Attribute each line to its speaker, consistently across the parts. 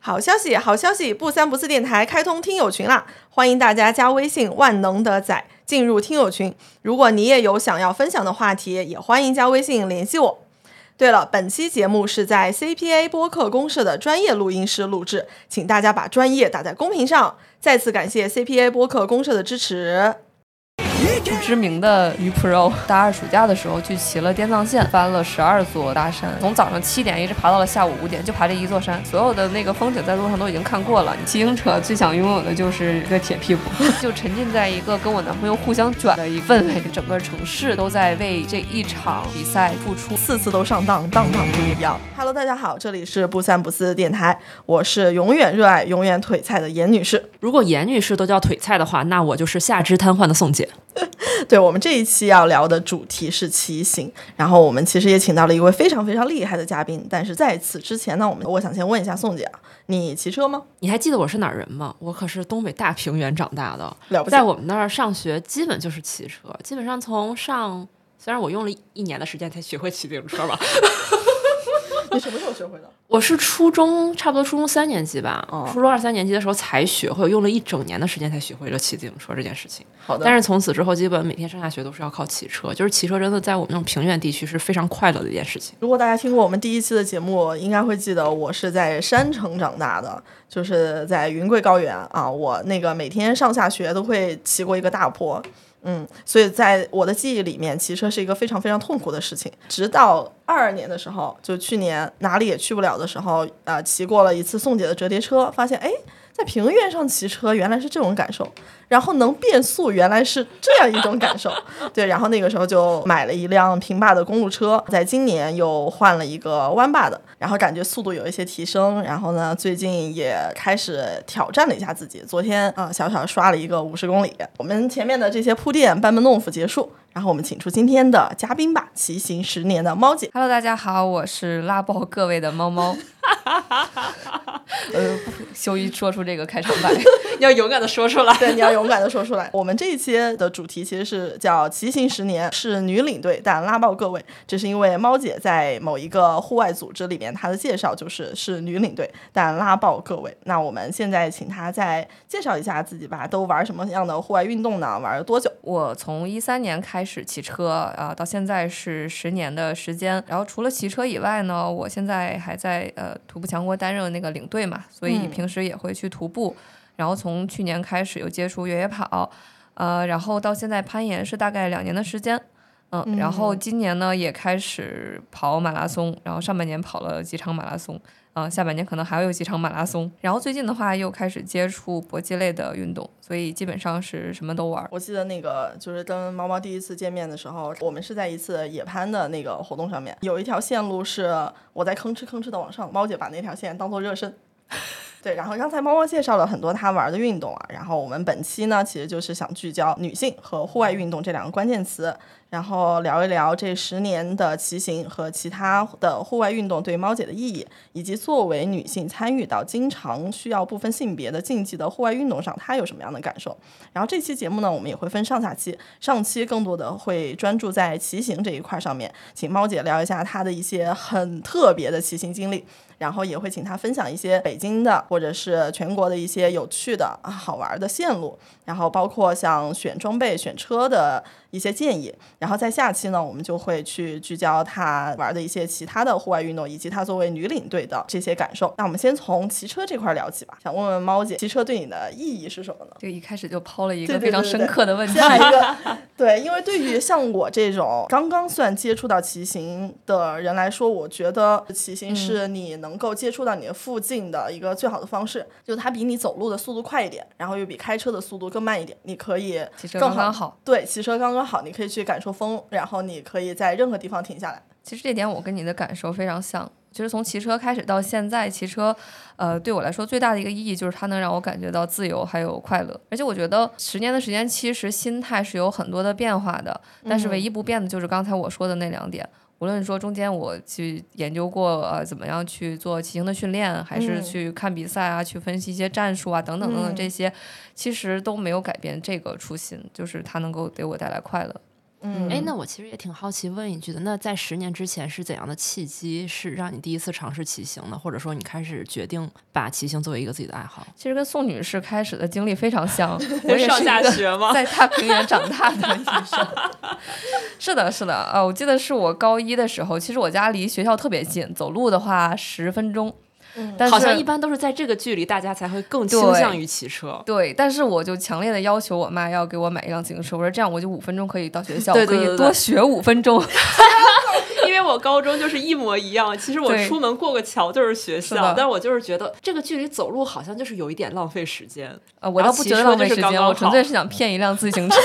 Speaker 1: 好消息，好消息！不三不四电台开通听友群啦，欢迎大家加微信“万能的仔”进入听友群。如果你也有想要分享的话题，也欢迎加微信联系我。对了，本期节目是在 CPA 播客公社的专业录音师录制，请大家把专业打在公屏上。再次感谢 CPA 播客公社的支持。
Speaker 2: 不知名的女 pro 大二暑假的时候去骑了滇藏线，翻了十二座大山，从早上七点一直爬到了下午五点，就爬这一座山，所有的那个风景在路上都已经看过了。骑行者最想拥有的就是一个铁 屁股，就沉浸在一个跟我男朋友互相卷的一个氛围，整个城市都在为这一场比赛付出。
Speaker 1: 四次都上当，当当不一样。Hello，大家好，这里是不三不四电台，我是永远热爱、永远腿菜的严女士。
Speaker 3: 如果严女士都叫腿菜的话，那我就是下肢瘫痪的宋姐。
Speaker 1: 对我们这一期要聊的主题是骑行，然后我们其实也请到了一位非常非常厉害的嘉宾，但是在此之前呢，我们我想先问一下宋姐啊，你骑车吗？
Speaker 3: 你还记得我是哪儿人吗？我可是东北大平原长大的，
Speaker 1: 了不起
Speaker 3: 在我们那儿上学基本就是骑车，基本上从上，虽然我用了一年的时间才学会骑自行车吧，
Speaker 1: 你什么时候学会的？
Speaker 3: 我是初中差不多初中三年级吧，
Speaker 1: 哦
Speaker 3: 初中二三年级的时候才学会，用了一整年的时间才学会了骑自行车这件事情。
Speaker 1: 好的，
Speaker 3: 但
Speaker 1: 是
Speaker 3: 是从此之后，基本每天上下学都是要靠骑车，就是骑车真的在我们那种平原地区是非常快乐的一件事情。
Speaker 1: 如果大家听过我们第一期的节目，应该会记得我是在山城长大的，就是在云贵高原啊，我那个每天上下学都会骑过一个大坡。嗯，所以在我的记忆里面，骑车是一个非常非常痛苦的事情。直到二二年的时候，就去年哪里也去不了的时候，呃，骑过了一次宋姐的折叠车，发现哎，在平原上骑车原来是这种感受，然后能变速原来是这样一种感受。 对，然后那个时候就买了一辆平坝的公路车，在今年又换了一个弯坝的，然后感觉速度有一些提升。然后呢，最近也开始挑战了一下自己。昨天啊、呃小小刷了一个五十公里。我们前面的这些铺垫班门弄斧结束，然后我们请出今天的嘉宾吧，骑行十年的猫姐。
Speaker 2: Hello，大家好，我是拉爆各位的猫 猫。呃，不羞于说出这个开场白。
Speaker 3: 要勇敢的说出来。
Speaker 1: 对，你要勇敢的说出来。我们这一期的主题其实是叫“骑行十年”，是女领队，但拉爆各位，这是因为猫姐在某一个户外组织里面，她的介绍就是是女领队，但拉爆各位。那我们现在请她再介绍一下自己吧，都玩什么样的户外运动呢？玩了多久？
Speaker 2: 我从一三年开始骑车啊、到现在是十年的时间。然后除了骑车以外呢，我现在还在呃徒步强国担任那个领队嘛，所以
Speaker 1: 嗯
Speaker 2: 平时也会去徒步。然后从去年开始又接触越野跑，呃，然后到现在攀岩是大概两年的时间。嗯，然后今年呢也开始跑马拉松，然后上半年跑了几场马拉松，啊、下半年可能还会有几场马拉松。然后最近的话又开始接触搏击类的运动，所以基本上是什么都玩儿。
Speaker 1: 我记得那个就是跟猫猫第一次见面的时候，我们是在一次野攀的那个活动上面，有一条线路是我在吭哧吭哧的往上，猫姐把那条线当做热身。 对，然后刚才猫猫介绍了很多她玩的运动啊，然后我们本期呢其实就是想聚焦女性和户外运动这两个关键词，然后聊一聊这十年的骑行和其他的户外运动对猫姐的意义，以及作为女性参与到经常需要不分性别的竞技的户外运动上，她有什么样的感受。然后这期节目呢，我们也会分上下期，上期更多的会专注在骑行这一块上面，请猫姐聊一下她的一些很特别的骑行经历，然后也会请她分享一些北京的或者是全国的一些有趣的、啊好玩的线路，然后包括像选装备、选车的一些建议。然后在下期呢，我们就会去聚焦她玩的一些其他的户外运动，以及她作为女领队的这些感受。那我们先从骑车这块聊起吧，想问问猫姐，骑车对你的意义是什么呢？
Speaker 2: 这一开始就抛了一
Speaker 1: 对
Speaker 2: 个
Speaker 1: 对
Speaker 2: 非常
Speaker 1: 对
Speaker 2: 深
Speaker 1: 对
Speaker 2: 刻 的问题。
Speaker 1: 下一个，对，因为对于像我这种刚刚算接触到骑行的人来说，我觉得骑
Speaker 3: 嗯
Speaker 1: 行是你能够接触到你的附近的一个最好的方式，就它比你走路的速度快一点，然后又比开车的速度更慢一点，你可以
Speaker 2: 骑车
Speaker 1: 更
Speaker 2: 刚刚好。
Speaker 1: 对，骑车刚刚好，你可以去感受风，然后你可以在任何地方停下来。
Speaker 2: 其实这点我跟你的感受非常像，就是从骑车开始到现在，骑车，呃，对我来说最大的一个意义就是它能让我感觉到自由还有快乐。而且我觉得十年的时间，其实心态是有很多的变化的，但
Speaker 1: 嗯
Speaker 2: 是唯一不变的就是刚才我说的那两点。无论说中间我去研究过呃怎么样去做骑行的训练，还是
Speaker 1: 嗯
Speaker 2: 去看比赛啊，去分析一些战术啊等等等等
Speaker 1: 嗯
Speaker 2: 这些，其实都没有改变这个初心，就是它能够给我带来快乐。
Speaker 1: 嗯，
Speaker 3: 哎，那我其实也挺好奇，问一句的，那在十年之前是怎样的契机，是让你第一次尝试骑行的，或者说你开始决定把骑行作为一个自己的爱好？
Speaker 2: 其实跟宋女士开始的经历非 常像，我也是
Speaker 3: 上
Speaker 2: 一
Speaker 3: 下
Speaker 2: 个
Speaker 3: 学吗
Speaker 2: 在大平原长大的女生。 是的，是的，啊，我记得是我高一的时候，其实我家离学校特别近，走路的话十分钟。
Speaker 1: 嗯
Speaker 2: 但是
Speaker 3: 好像一般都是在这个距离，大家才会更倾
Speaker 2: 对
Speaker 3: 向于骑车。
Speaker 2: 对，但是我就强烈的要求我妈要给我买一辆自行车，我说这样我就五分钟可以到学校，
Speaker 3: 对
Speaker 2: 我
Speaker 3: 对对
Speaker 2: 可
Speaker 3: 对
Speaker 2: 以多学五分钟。
Speaker 3: 因为我高中就是一模一样，其实我
Speaker 2: 对
Speaker 3: 出门过个桥就是学
Speaker 2: 是的
Speaker 3: 校，但我就是觉得这个距离走路好像就是有一点浪费时间。
Speaker 2: 呃，我
Speaker 3: 然
Speaker 2: 倒
Speaker 3: 后
Speaker 2: 不
Speaker 3: 骑
Speaker 2: 觉得
Speaker 3: 车
Speaker 2: 浪
Speaker 3: 就
Speaker 2: 费
Speaker 3: 是
Speaker 2: 时
Speaker 3: 刚
Speaker 2: 间，
Speaker 3: 刚
Speaker 2: 我纯
Speaker 3: 好
Speaker 2: 粹是想骗一辆自行车。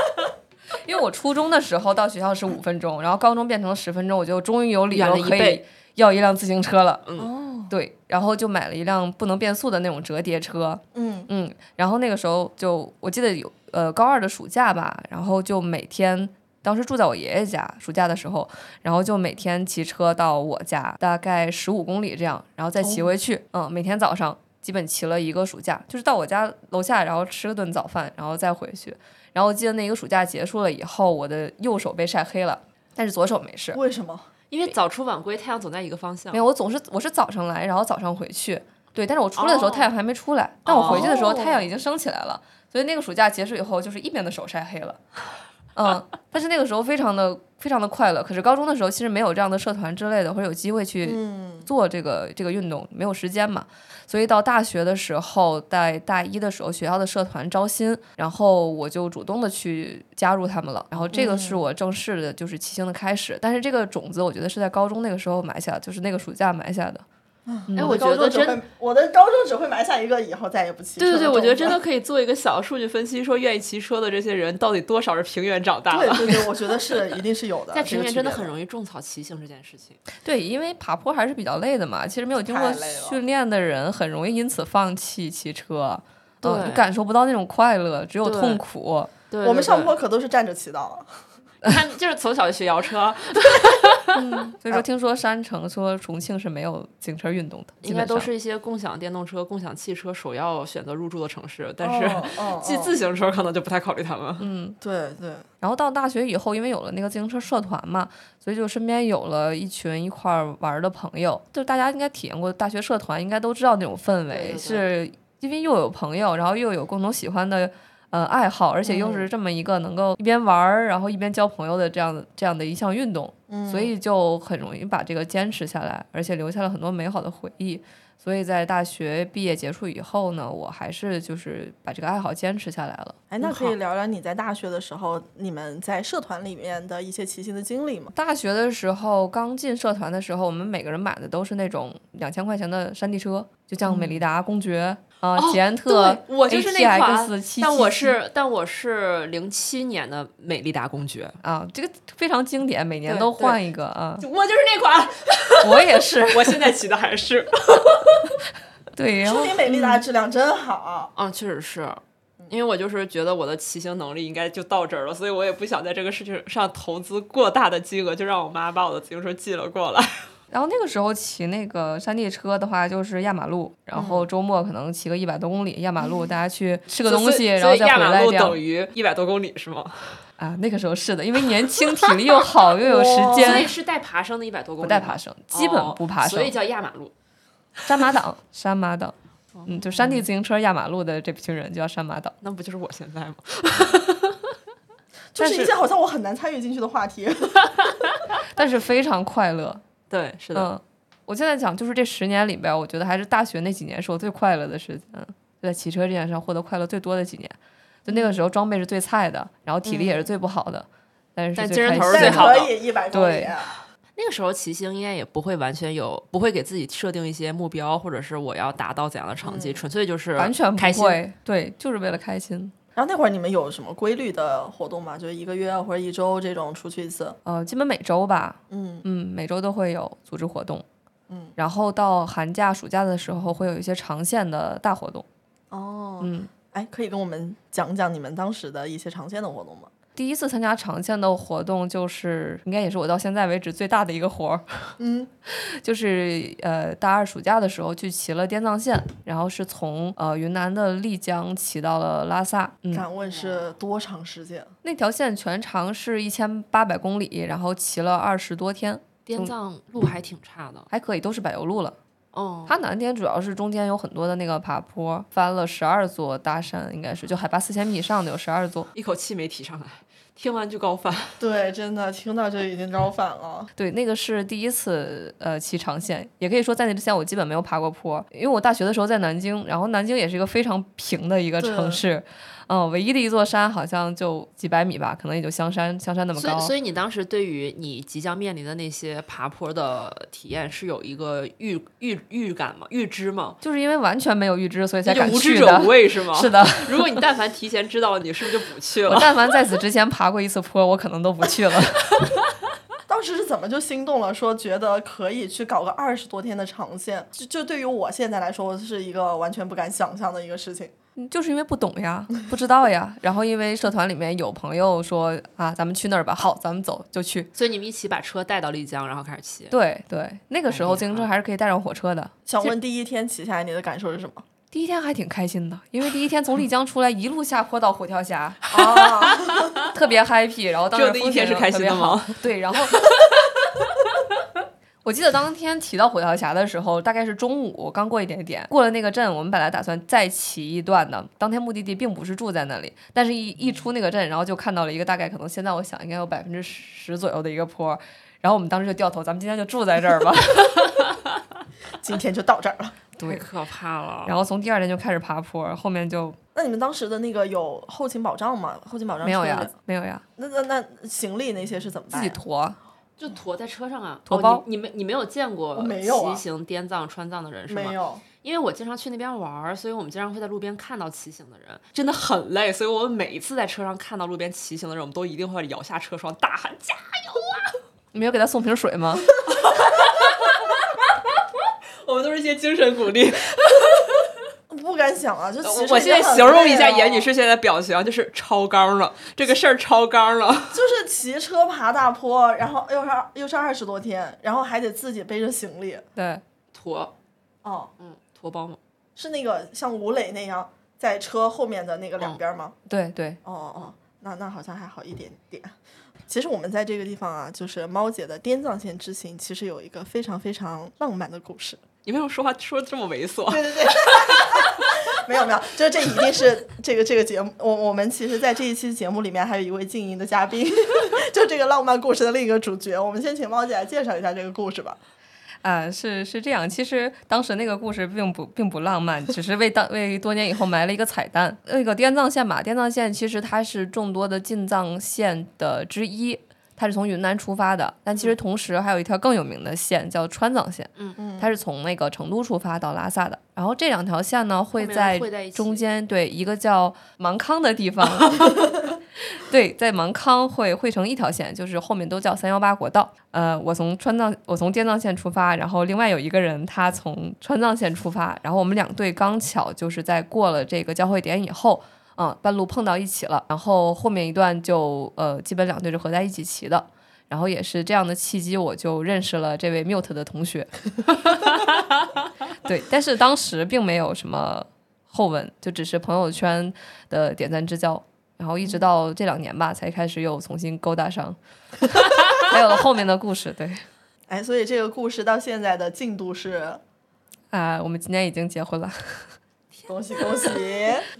Speaker 2: 因为我初中的时候到学校是五分钟，然后高中变成了十分钟，我就终于有理
Speaker 3: 远
Speaker 2: 由
Speaker 3: 了一
Speaker 2: 可以
Speaker 3: 倍嗯
Speaker 2: 要一辆自行车了。
Speaker 1: 哦，
Speaker 2: 对，然后就买了一辆不能变速的那种折叠车。
Speaker 1: 嗯
Speaker 2: 嗯，然后那个时候就我记得有呃高二的暑假吧，然后就每天。当时住在我爷爷家，暑假的时候，然后就每天骑车到我家，大概十五公里这样，然后再骑回去。嗯，每天早上基本骑了一个暑假，就是到我家楼下，然后吃了顿早饭，然后再回去。然后我记得那个暑假结束了以后，我的右手被晒黑了，但是左手没事。
Speaker 1: 为什么？
Speaker 3: 因为早出晚归，太阳总在一个方向
Speaker 2: 没。有，我总是我是早上来，然后早上回去。对，但是我出来的时候
Speaker 3: 哦
Speaker 2: 太阳还没出来，但我回去的时候
Speaker 1: 哦
Speaker 2: 太阳已经升起来了，所以那个暑假结束以后，就是一边的手晒黑了。嗯， 但是那个时候非常的非常的快乐。可是高中的时候其实没有这样的社团之类的，或者有机会去
Speaker 1: 嗯
Speaker 2: 做这个这个运动，没有时间嘛。所以到大学的时候，在大一的时候，学校的社团招新，然后我就主动的去加入他们了。然后这个
Speaker 1: 嗯
Speaker 2: 是我正式的，就是骑行的开始。但是这个种子，我觉得是在高中那个时候埋下，就是那个暑假埋下的。
Speaker 3: 哎，
Speaker 2: 嗯
Speaker 3: 我觉
Speaker 1: 高中
Speaker 3: 得
Speaker 1: 只
Speaker 3: 真
Speaker 1: 会我的高中只会埋下一个以后再也不骑车
Speaker 3: 对
Speaker 1: 的
Speaker 3: 对
Speaker 1: 种子。
Speaker 3: 对，我觉得真的可以做一个小数据分析，说愿意骑车的这些人到底多少是平原长大
Speaker 1: 对
Speaker 3: 的。
Speaker 1: 对对，我觉得是一定是有的。
Speaker 3: 在平原真的很
Speaker 1: 易。
Speaker 3: 容易种草骑行这件事情。
Speaker 2: 对，因为爬坡还是比较累的嘛。其实没有经过
Speaker 1: 太累了
Speaker 2: 训练的人，很容易因此放弃骑车。嗯，
Speaker 3: 对
Speaker 2: 你感受不到那种快乐，只有
Speaker 3: 对
Speaker 2: 痛苦。
Speaker 3: 对
Speaker 1: 我们上坡可都是站着骑到，
Speaker 3: 看就是从小就学摇 车，
Speaker 2: 所
Speaker 3: 啊
Speaker 2: 以说，听说山城说重庆是没有自行车运动的，基
Speaker 3: 应该
Speaker 2: 本
Speaker 3: 都
Speaker 2: 上
Speaker 3: 是一些共享电动车、共享汽车首要选择入驻的城市，但
Speaker 1: 哦
Speaker 3: 是
Speaker 1: 哦
Speaker 3: 骑
Speaker 1: 哦
Speaker 3: 自行车可能就不太考虑他们。嗯，
Speaker 1: 对对，
Speaker 2: 然后到大学以后，因为有了那个自行车社团嘛，所以就身边有了一群一块儿玩儿的朋友。就大家应该体验过大学社团，应该都知道那种氛围，
Speaker 3: 对对对
Speaker 2: 是因为又有朋友，然后又有共同喜欢的呃爱好，而且
Speaker 3: 嗯
Speaker 2: 又是这么一个能够一边玩儿，然后一边交朋友的这样的这样的一项运动，
Speaker 1: 嗯
Speaker 2: 所以就很容易把这个坚持下来，而且留下了很多美好的回忆。所以在大学毕业结束以后呢，我还是就是把这个爱好坚持下来了。
Speaker 1: 哎，那可
Speaker 3: 好
Speaker 1: 以聊聊你在大学的时候，你们在社团里面的一些骑行的经历吗？
Speaker 2: 大学的时候，刚进社团的时候，我们每个人买的都是那种两千块钱的山地车，就像美利达、公爵啊、捷 安特、
Speaker 3: 嗯哦对，我就是那款
Speaker 2: ATX 七，
Speaker 3: 但我是但我是零七年的美利达公爵，
Speaker 2: 啊，这个非常经典，每年
Speaker 3: 对
Speaker 2: 都
Speaker 3: 对
Speaker 2: 换一个啊。
Speaker 3: 我就是那款，
Speaker 2: 我也是，
Speaker 3: 我现在骑的还是，
Speaker 2: 对，然
Speaker 1: 说
Speaker 2: 后
Speaker 1: 明美利达质量真好。
Speaker 3: 嗯，确实是。因为我就是觉得我的骑行能力应该就到这儿了，所以我也不想在这个事情上投资过大的金额，就让我妈把我的自行车寄了过来。
Speaker 2: 然后那个时候骑那个山地车的话，就是压马路，然
Speaker 3: 嗯
Speaker 2: 后周末可能骑个一百多公里压马路，大 家去吃个东
Speaker 3: 所
Speaker 2: 西，
Speaker 3: 以
Speaker 2: 然后
Speaker 3: 所以
Speaker 2: 再
Speaker 3: 压
Speaker 2: 回
Speaker 3: 马
Speaker 2: 来
Speaker 3: 路
Speaker 2: 这样
Speaker 3: 等于一百多公里是吗？
Speaker 2: 啊。那个时候是的，因为年轻体力 又好，又有时
Speaker 1: 哇
Speaker 3: 哦所以
Speaker 2: 间，
Speaker 3: 是带爬升的一百多公
Speaker 2: 不
Speaker 3: 里吗，
Speaker 2: 带爬升，基本不爬
Speaker 3: 哦
Speaker 2: 升，
Speaker 3: 所以叫压马路。
Speaker 2: 山马党，山马党，
Speaker 3: 哦
Speaker 2: 嗯，就山地自行车压马路的这群人就叫山马党。
Speaker 3: 那不就是我现在 吗？
Speaker 1: 就
Speaker 2: 但
Speaker 1: 是一
Speaker 2: 是
Speaker 1: 些好像我很难参与进去的话题。
Speaker 2: 但是非常快乐。
Speaker 3: 对，嗯是的。
Speaker 2: 嗯，我现在讲就是这十年里边，我觉得还是大学那几年是我最快乐的时间，嗯就在骑车这件事上获得快乐最多的几年。就那个时候装备是最菜的，然后体力也是最不好的，但是
Speaker 3: 嗯但
Speaker 2: 是最
Speaker 3: 精神
Speaker 2: 开
Speaker 3: 头儿最
Speaker 2: 心
Speaker 1: 但
Speaker 2: 的
Speaker 3: 好
Speaker 1: 可
Speaker 3: 的
Speaker 1: 以一百公里
Speaker 2: 对，
Speaker 3: 那个时候骑行应该也不会完全有，不会给自己设定一些目标，或者是我要达到怎样的成绩，纯粹就是
Speaker 2: 完全
Speaker 3: 开
Speaker 2: 不
Speaker 3: 心。
Speaker 2: 会，对，就是为了开心。
Speaker 1: 然后那会儿你们有什么规律的活动吗？就是一个月啊或者一周这种出去一次？
Speaker 2: 呃，基本每周吧，
Speaker 1: 嗯，
Speaker 2: 嗯，每周都会有组织活动，
Speaker 1: 嗯，
Speaker 2: 然后到寒假、暑假的时候会有一些长线的大活动，
Speaker 1: 哦，
Speaker 2: 嗯，
Speaker 1: 哎，可以跟我们讲讲你们当时的一些常见的活动吗？
Speaker 2: 第一次参加长线的活动，就是应该也是我到现在为止最大的一个活儿。
Speaker 3: 嗯，
Speaker 2: 就是呃大二暑假的时候去骑了滇藏线，然后是从呃云南的丽江骑到了拉萨。嗯，
Speaker 1: 敢问是多长时间？
Speaker 2: 那条线全长是一千八百公里，然后骑了二十多天，
Speaker 3: 滇藏路还挺差的。
Speaker 2: 还可以，都是柏油路了。
Speaker 3: 哦，
Speaker 2: 它南天主要是中间有很多的那个爬坡，翻了十二座大山，应该是就海拔四千米以上的有十二座。
Speaker 3: 一口气没提上来，听完就高反。
Speaker 1: 对，真的听到这已经高反了。
Speaker 2: 对，那个是第一次呃骑长线，也可以说在那之前我基本没有爬过坡，因为我大学的时候在南京，然后南京也是一个非常平的一个
Speaker 1: 对
Speaker 2: 城市，嗯，唯一的一座山好像就几百米吧，可能也就香山香山那么
Speaker 3: 所以，
Speaker 2: 高。
Speaker 3: 所以你当时对于你即将面临的那些爬坡的体验是有一个预预预感吗？预知吗？
Speaker 2: 就是因为完全没有预知，所以才
Speaker 3: 那就
Speaker 2: 敢
Speaker 3: 无知
Speaker 2: 去
Speaker 3: 者
Speaker 2: 的
Speaker 3: 无。畏是吗？
Speaker 2: 是。的，
Speaker 3: 如果你但凡提前知道，你是不是就不去
Speaker 2: 我
Speaker 3: 了？
Speaker 2: 但凡在此之前爬过一次坡，我可能都不去了。
Speaker 1: 当时是怎么就心动了？说觉得可以去搞个二十多天的长线，就就对于我现在来说，我是一个完全不敢想象的一个事情。
Speaker 2: 嗯就是因为不懂呀，不知道呀。然后因为社团里面有朋友说啊，咱们去那儿吧，好，咱们走就去。
Speaker 3: 所以你们一起把车带到丽江，然后开始骑。
Speaker 2: 对对，那个时候
Speaker 3: 厉
Speaker 2: 自行车
Speaker 3: 害
Speaker 2: 还是可以带上火车的。
Speaker 1: 想问第一天骑下来你的感受是什 么？
Speaker 2: 第一天还挺开心的，因为第一天从丽江出来，一路下坡到虎跳 峡，
Speaker 1: 啊，
Speaker 2: 特别 happy。然后当
Speaker 3: 只有
Speaker 2: 时
Speaker 3: 那一
Speaker 2: 风
Speaker 3: 天
Speaker 2: 景
Speaker 3: 是
Speaker 2: 也
Speaker 3: 开
Speaker 2: 特
Speaker 3: 心
Speaker 2: 别
Speaker 3: 的吗
Speaker 2: 好？ 对，然后我记得当天骑到虎跳峡的时候，大概是中午刚过一点点，过了那个镇，我们本来打算再骑一段的。当天目的地并不是住在那里，但是一一出那个镇，然后就看到了一个大概可能现在我想应该有百分之十左右的一个坡。然后我们当时就掉头，咱们今天就住在这儿吧。
Speaker 1: 今天就到这儿了。
Speaker 3: 太
Speaker 2: 对，
Speaker 3: 可怕了。
Speaker 2: 然后从第二天就开始爬坡，后面就
Speaker 1: 那你们当时的那个有后勤保障吗？后勤保障
Speaker 2: 没有
Speaker 1: 车
Speaker 2: 呀
Speaker 1: 辆，
Speaker 2: 没有呀，
Speaker 1: 那那那行李那些是怎么
Speaker 2: 自
Speaker 1: 办
Speaker 2: 己
Speaker 1: 呀？
Speaker 2: 驮。
Speaker 3: 就驮在车上啊，
Speaker 2: 驮
Speaker 3: 哦
Speaker 2: 包
Speaker 3: 你你没你没有见过
Speaker 1: 我没有啊
Speaker 3: 骑行滇藏、川藏的人是吗？
Speaker 1: 没有，
Speaker 3: 因为我经常去那边玩儿，所以我们经常会在路边看到骑行的人，真的很累。所以我们每一次在车上看到路边骑行的人，我们都一定会摇下车窗大喊加
Speaker 2: 你没有给他送瓶水吗？
Speaker 3: 油！ 我们都是一些精神鼓励。
Speaker 1: 不敢想啊！就骑
Speaker 3: 呃 我
Speaker 1: 车
Speaker 3: 我
Speaker 1: 已
Speaker 3: 现在
Speaker 1: 经很
Speaker 3: 形容
Speaker 1: 累啊
Speaker 3: 一下
Speaker 1: 了
Speaker 3: 严女士现在的表情啊，就是超纲 了，这个事儿超纲 了。
Speaker 1: 就是骑车爬大坡，然后又是又是二十多天，然后还得自己背着行李。
Speaker 2: 对，
Speaker 3: 驮，
Speaker 1: 哦，
Speaker 3: 嗯，驮包吗？
Speaker 1: 是那个像吴磊那样在车后面的那个两边吗？
Speaker 2: 对对，
Speaker 1: 哦哦哦，那那好像还好一点点。其实我们在这个地方啊，就是猫姐的滇藏线之行，其实有一个非常非常浪漫的故事。
Speaker 3: 你为什么说话说得这么猥琐？
Speaker 1: 对对 对，没有没有，就是这一定是这个这个节目，我我们其实，在这一期节目里面还有一位静音的嘉宾， 就这个浪漫故事的另一个主角。我们先请猫姐来介绍一下这个故事吧。
Speaker 2: 啊，是是这样。其实当时那个故事并不并不浪漫，只是为当为多年以后埋了一个彩蛋。 那个滇藏线嘛，滇藏线其实它是众多的进藏线的之一。它是从云南出发的，但其实同时还有一条更有名的线叫川藏线，
Speaker 3: 嗯
Speaker 1: 嗯
Speaker 2: 它是从那个成都出发到拉萨的。然后这两条线呢会
Speaker 3: 后面
Speaker 2: 在
Speaker 3: 会在一起
Speaker 2: 中间对一个叫芒康的地 方，对，在芒康会汇成一条线，就是后面都叫三幺八国道。呃，我从川藏，我从滇藏线出发，然后另外有一个人他从川藏线出发，然后我们两队刚巧就是在过了这个交汇点以后，啊、半路碰到一起了，然后后面一段就呃，基本两队是合在一起骑的。然后也是这样的契机，我就认识了这位 Mute 的同学。 对，但是当时并没有什么后文，就只是朋友圈的点赞之交。然后一直到这两年吧，才开始又重新勾搭上，还有了后面的故事。对，
Speaker 1: 哎，所以这个故事到现在的进度是，
Speaker 2: 啊、我们今年已经结婚了。
Speaker 1: 恭喜恭 喜！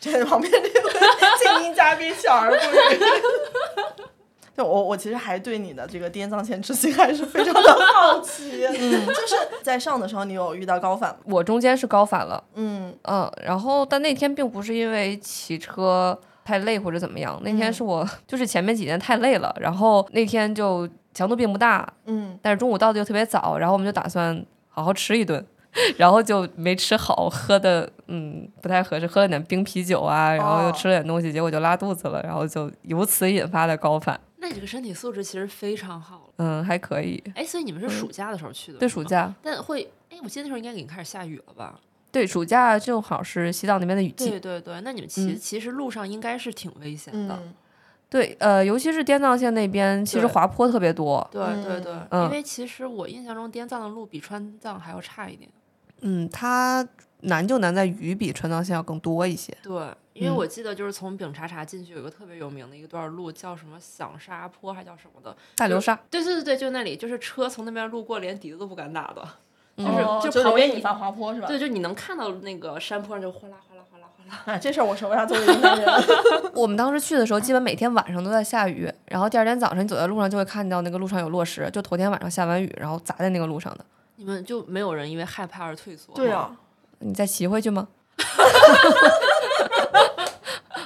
Speaker 1: 这旁边这位静音嘉宾笑而不语。 就我，我其实还对你的这个滇藏线之行还是非常的好奇。 嗯，就是在上的时候，你有遇到高反吗？
Speaker 2: 我中间是高反了，
Speaker 1: 嗯，
Speaker 2: 嗯，然后但那天并不是因为骑车太累或者怎么样，那天是我、就是前面几天太累了，然后那天就强度并不大，
Speaker 1: 嗯，
Speaker 2: 但是中午到的又特别早，然后我们就打算好好吃一顿， 然后就没吃好，喝的嗯不太合适，喝了点冰啤酒啊，然
Speaker 3: 哦
Speaker 2: 后又吃了点东西，结果就拉肚子了，然后就由此引发的高反，
Speaker 3: 那你这个身体素质其实非常好了。
Speaker 2: 嗯，还可以。
Speaker 3: 哎，所以你们是暑假的时候去的？
Speaker 2: 对
Speaker 3: 是吗
Speaker 2: 暑。假，
Speaker 3: 但会，哎，我记得那时候应该已经开始下雨了吧？
Speaker 2: 对暑假正好是西藏那边的雨季，
Speaker 3: 对对对，那你们骑、
Speaker 2: 嗯
Speaker 3: 其实路上应该是挺危险的。
Speaker 1: 嗯，
Speaker 2: 对，呃，尤其是滇藏线那边，其实
Speaker 3: 对
Speaker 2: 滑坡特别多。
Speaker 3: 对对对，
Speaker 2: 嗯
Speaker 3: 因为其实我印象中滇藏的路比川藏还要差一点。
Speaker 2: 嗯，它难就难在鱼比川藏线要更多一些。
Speaker 3: 对，因为
Speaker 2: 嗯
Speaker 3: 我记得就是从丙察察进去有一个特别有名的一段路，叫什么响沙坡还叫什么的，
Speaker 2: 大流沙，
Speaker 3: 对对对对，就那里，就是车从那边路过，连笛子都不敢打的，
Speaker 2: 就
Speaker 3: 就是
Speaker 1: 哦
Speaker 3: 就
Speaker 1: 就
Speaker 3: 旁
Speaker 1: 留给
Speaker 3: 边
Speaker 1: 你
Speaker 3: 一
Speaker 1: 发滑坡是吧？
Speaker 3: 对，就你能看到那个山坡上就哗啦哗啦哗啦哗啦。
Speaker 1: 哎，这事儿我说不上作为云 南人。
Speaker 2: 我们当时去的时候，基本每天晚上都在下雨，然后第二天早上你走在路上就会看到那个路上有落石，就头天晚上下完雨，然后砸在那个路上的。
Speaker 3: 你们就没有人因为害怕而退缩？
Speaker 1: 对啊，
Speaker 2: 你再骑回去吗？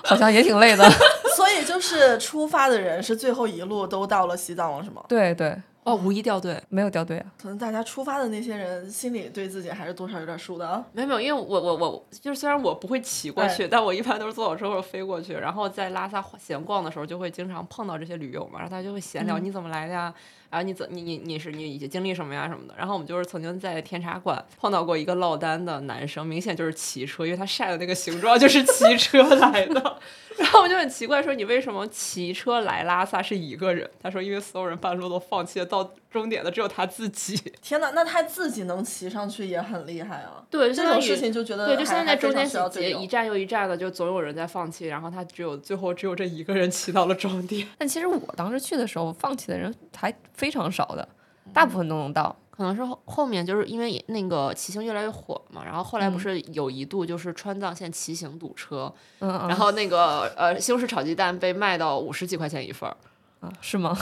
Speaker 2: 好像也挺累的。
Speaker 1: 所以就是出发的人是最后一路都到了西藏了，是吗？
Speaker 2: 对对，
Speaker 3: 哦，无一掉队，
Speaker 2: 没有掉队啊。
Speaker 1: 可能大家出发的那些人心里对自己还是多少有点数的啊。
Speaker 3: 没有没有，因为我我我就是虽然我不会骑过去，但我一般都是坐火车或者飞过去。然后在拉萨闲逛的时候，就会经常碰到这些驴友嘛，然后他就会闲聊、你怎么来的呀？然后你怎你你你是你经历什么呀什么的。然后我们就是曾经在天茶馆碰到过一个落单的男生，明显就是骑车，因为他晒的那个形状就是骑车来的。然后我就很奇怪说你为什么骑车来拉萨是一个人？他说因为所有人半路都放弃了，到终点的只有他自己。
Speaker 1: 天哪，那他自己能骑上去也很厉害啊！
Speaker 3: 对，
Speaker 1: 这种事情就觉得
Speaker 3: 对，就
Speaker 1: 呃还
Speaker 3: 现在在
Speaker 1: 还非
Speaker 3: 中
Speaker 1: 常
Speaker 3: 间
Speaker 1: 需要
Speaker 3: 节
Speaker 1: 队友
Speaker 3: 一站又一站的，就总有人在放弃，然后他只有最后只有这一个人骑到了终点。
Speaker 2: 但其实我当时去的时候，放弃的人还非常少的，大部分都能到。
Speaker 3: 可能是后后面就是因为那个骑行越来越火嘛，然后后来
Speaker 2: 嗯
Speaker 3: 不是有一度就是川藏线骑行堵车，
Speaker 2: 嗯，嗯
Speaker 3: 然后那个呃西红柿炒鸡蛋被卖到五十几块钱一份儿，
Speaker 2: 啊是吗？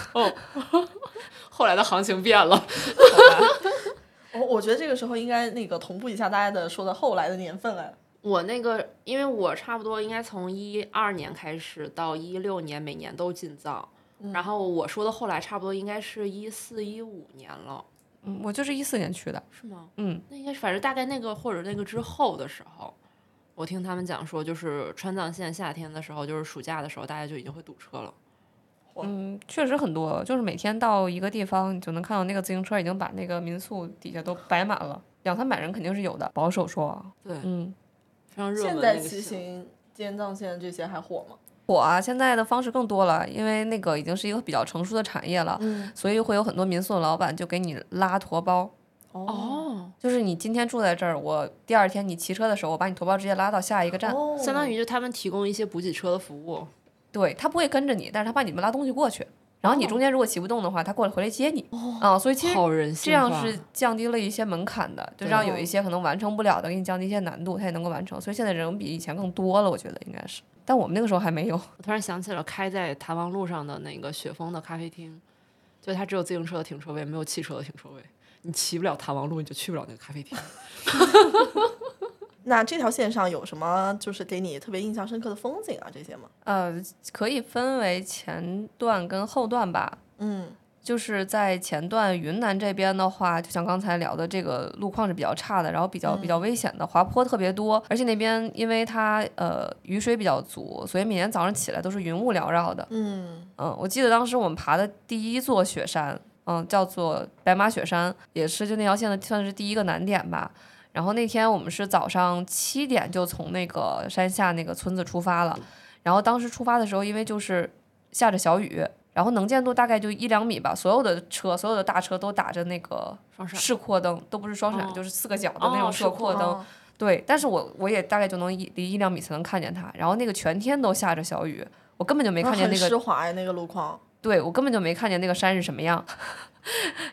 Speaker 3: 后来的行情变了，
Speaker 1: 我我觉得这个时候应该那个同步一下大家的说的后来的年份哎，
Speaker 3: 我那个，因为我差不多应该从一二年开始到一六年，每年都进藏。
Speaker 1: 嗯
Speaker 3: 然后我说的后来差不多应该是一四一五年了，
Speaker 2: 嗯，我就是一四年去的。
Speaker 3: 是吗？
Speaker 2: 嗯，
Speaker 3: 那应该是反正大概那个或者那个之后的时候，我听他们讲说，就是川藏线夏天的时候，就是暑假的时候，大家就已经会堵车了。
Speaker 2: 嗯，确实很多，就是每天到一个地方，你就能看到那个自行车已经把那个民宿底下都摆满了，两三百人肯定是有的。保守说啊，
Speaker 3: 对，
Speaker 2: 嗯，
Speaker 3: 非常热门
Speaker 1: 现
Speaker 3: 的
Speaker 1: 在
Speaker 3: 那个
Speaker 1: 骑
Speaker 3: 线
Speaker 1: 行、滇藏线这些还火吗？
Speaker 2: 我啊，现在的方式更多了，因为那个已经是一个比较成熟的产业了，
Speaker 1: 嗯，
Speaker 2: 所以会有很多民宿的老板就给你拉驮包。
Speaker 3: 哦，
Speaker 2: 就是你今天住在这儿，我第二天你骑车的时候，我把你驮包直接拉到下一个站。
Speaker 1: 哦，
Speaker 3: 相当于就他们提供一些补给车的服务。
Speaker 2: 对他不会跟着你，但是他把你们拉东西过
Speaker 3: 哦
Speaker 2: 去，然后你中间如果骑不动的话，他过来回来接你。
Speaker 1: 哦
Speaker 2: 啊，所以其实
Speaker 3: 好人性
Speaker 2: 这样
Speaker 3: 化
Speaker 2: 是降低了一些门槛的，就
Speaker 3: 对
Speaker 2: 让有一些可能完成不了的，给你降低一些难度，他也能够完成。所以现在人比以前更多了，我觉得应该是。但我们那个时候还没有，
Speaker 3: 我突然想起了开在弹王路上的那个雪峰的咖啡厅，就它只有自行车的停车位，没有汽车的停车位。你骑不了弹王路，你就去不了那个咖啡厅。
Speaker 1: 那这条线上有什么就是给你特别印象深刻的风景啊这些吗？
Speaker 2: 呃，可以分为前段跟后段吧。
Speaker 1: 嗯，
Speaker 2: 就是在前段云南这边的话，就像刚才聊的，这个路况是比较差的，然后比较比较危险的，滑坡特别多，而且那边因为它呃雨水比较足，所以每天早上起来都是云雾缭绕的。嗯我记得当时我们爬的第一座雪山，嗯，叫做白马雪山，也是就那条线的算是第一个难点吧。然后那天我们是早上七点就从那个山下那个村子出发了，然后当时出发的时候，因为就是下着小雨，然后能见度大概就一两米吧，所有的车，所有的大车都打着那个
Speaker 3: 双闪
Speaker 2: 示廓灯，都不是双闪，
Speaker 3: 哦
Speaker 2: 就是四个角的那种
Speaker 3: 哦
Speaker 2: 射廓
Speaker 3: 示廓
Speaker 2: 灯。
Speaker 1: 哦
Speaker 2: 对，但是我我也大概就能一离一两米才能看见它。然后那个全天都下着小雨，我根本就没看见那
Speaker 1: 很
Speaker 2: 个
Speaker 1: 湿滑呀那个路况，
Speaker 2: 对我根本就没看见那个山是什么样。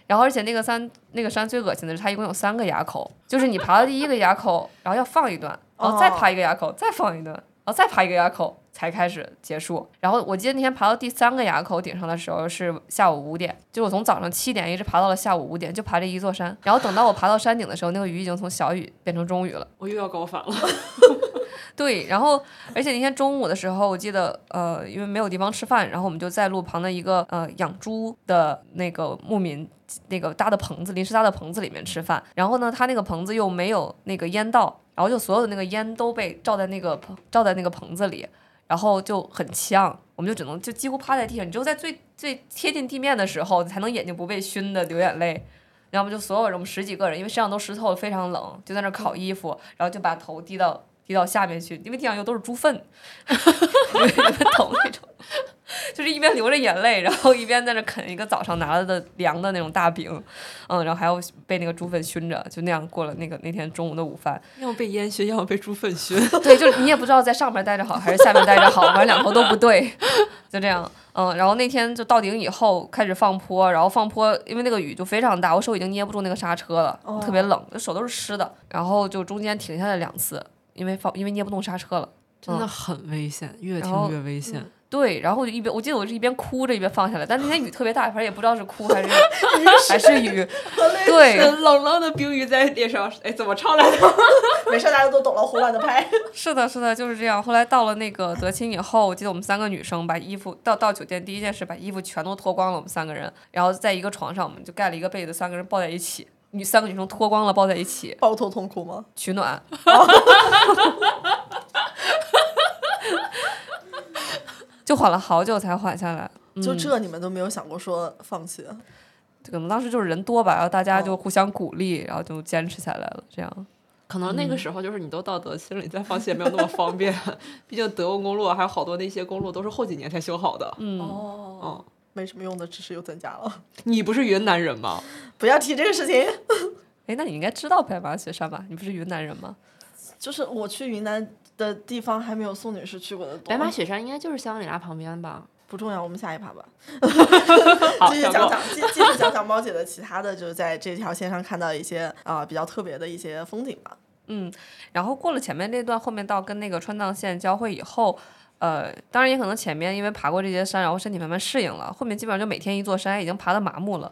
Speaker 2: 然后，而且那个山，那个山最恶心的是，它一共有三个垭口，就是你爬到第一个垭口，然后要放一段，然后再爬一个垭口，再放一段，然后再爬一个垭口才开始结束。然后我记得那天爬到第三个垭口顶上的时候是下午五点，就我从早上七点一直爬到了下午五点，就爬这一座山。然后等到我爬到山顶的时候，那个雨已经从小雨变成中雨了。
Speaker 3: 我又要高反了。
Speaker 2: 对，然后而且那天中午的时候，我记得呃，因为没有地方吃饭，然后我们就在路旁的一个呃养猪的那个牧民那个搭的棚子，临时搭的棚子里面吃饭。然后呢，他那个棚子又没有那个烟道，然后就所有的那个烟都被罩在那个棚罩在那个棚子里，然后就很呛。我们就只能就几乎趴在地上，你只有在最最贴近地面的时候，才能眼睛不被熏的流眼泪。要么就所有人，我们十几个人，因为身上都湿透了，非常冷，就在那儿烤衣服，然后就把头 低到低到下面去，因为地上又都是猪粪，有点疼那种。就是一边流着眼泪，然后一边在那啃一个早上拿了的凉的那种大饼，嗯，然后还要被那个猪粪熏着，就那样过了那个那天中午的午饭。
Speaker 3: 要么被烟熏，要么被猪粪熏。
Speaker 2: 对，就是你也不知道在上面待着好还是下面待着好，反正两头都不对， 就这样。嗯，然后那天就到顶以后开始放坡，然后放坡，因为那个雨就非常大，我手已经捏不住那个刹车了，特别冷，手都是湿的。然后就中间停下来两次，因为放因为捏不动刹车了。
Speaker 3: 真的很危险，越
Speaker 2: 然后
Speaker 3: 听越危险。
Speaker 2: 对，然后我就一边，我记得我是一边哭着一边放下来，但那天雨特别大，反正也不知道是哭还是 还是雨，对，
Speaker 3: 冷冷的冰雨在脸上，哎，怎么唱来着？
Speaker 1: 没事，大家都懂了，胡乱的拍。
Speaker 2: 是的，是的，就是这样。后来到了那个德钦以后，我记得我们三个女生把衣服到到酒店，第一件事把衣服全都脱光了，我们三个人，然后在一个床上，我们就盖了一个被子，三个人抱在一起，女三个女生脱光了抱在一起
Speaker 1: 抱头痛哭吗？
Speaker 2: 取 暖。就缓了好久才缓下来，
Speaker 3: 嗯
Speaker 1: 就这你们都没有想过说放弃？
Speaker 2: 可能当时就是人多吧，然后大家
Speaker 1: 哦
Speaker 2: 就互相鼓励，然后就坚持下来了。这样，
Speaker 3: 可能那个时候就是你都到德钦了，你再放弃也没有那么方便。毕竟德国公路啊还有好多那些公路都是后几年才修好的。
Speaker 2: 嗯，
Speaker 1: 哦，没什么用的知识又增加了。
Speaker 3: 你不是云南人吗？
Speaker 1: 不要提这个事情。
Speaker 2: 哎，那你应该知道白马雪山吧？你不是云南人吗？
Speaker 1: 就是我去云南的地方还没有宋女士去过的多。
Speaker 3: 白马雪山应该就是香格里拉旁边吧？
Speaker 1: 不重要，我们下一趴吧。
Speaker 3: 好，
Speaker 1: 继续
Speaker 3: 小
Speaker 1: 讲
Speaker 3: 狗
Speaker 1: 讲，继继续讲讲猫姐的其他的，就是在这条线上看到一些啊、呃比较特别的一些风景吧。
Speaker 2: 然后过了前面那段，后面到跟那个川藏线交汇以后，呃，当然也可能前面因为爬过这些山，然后身体慢慢适应了，后面基本上就每天一座山，已经爬得麻木了。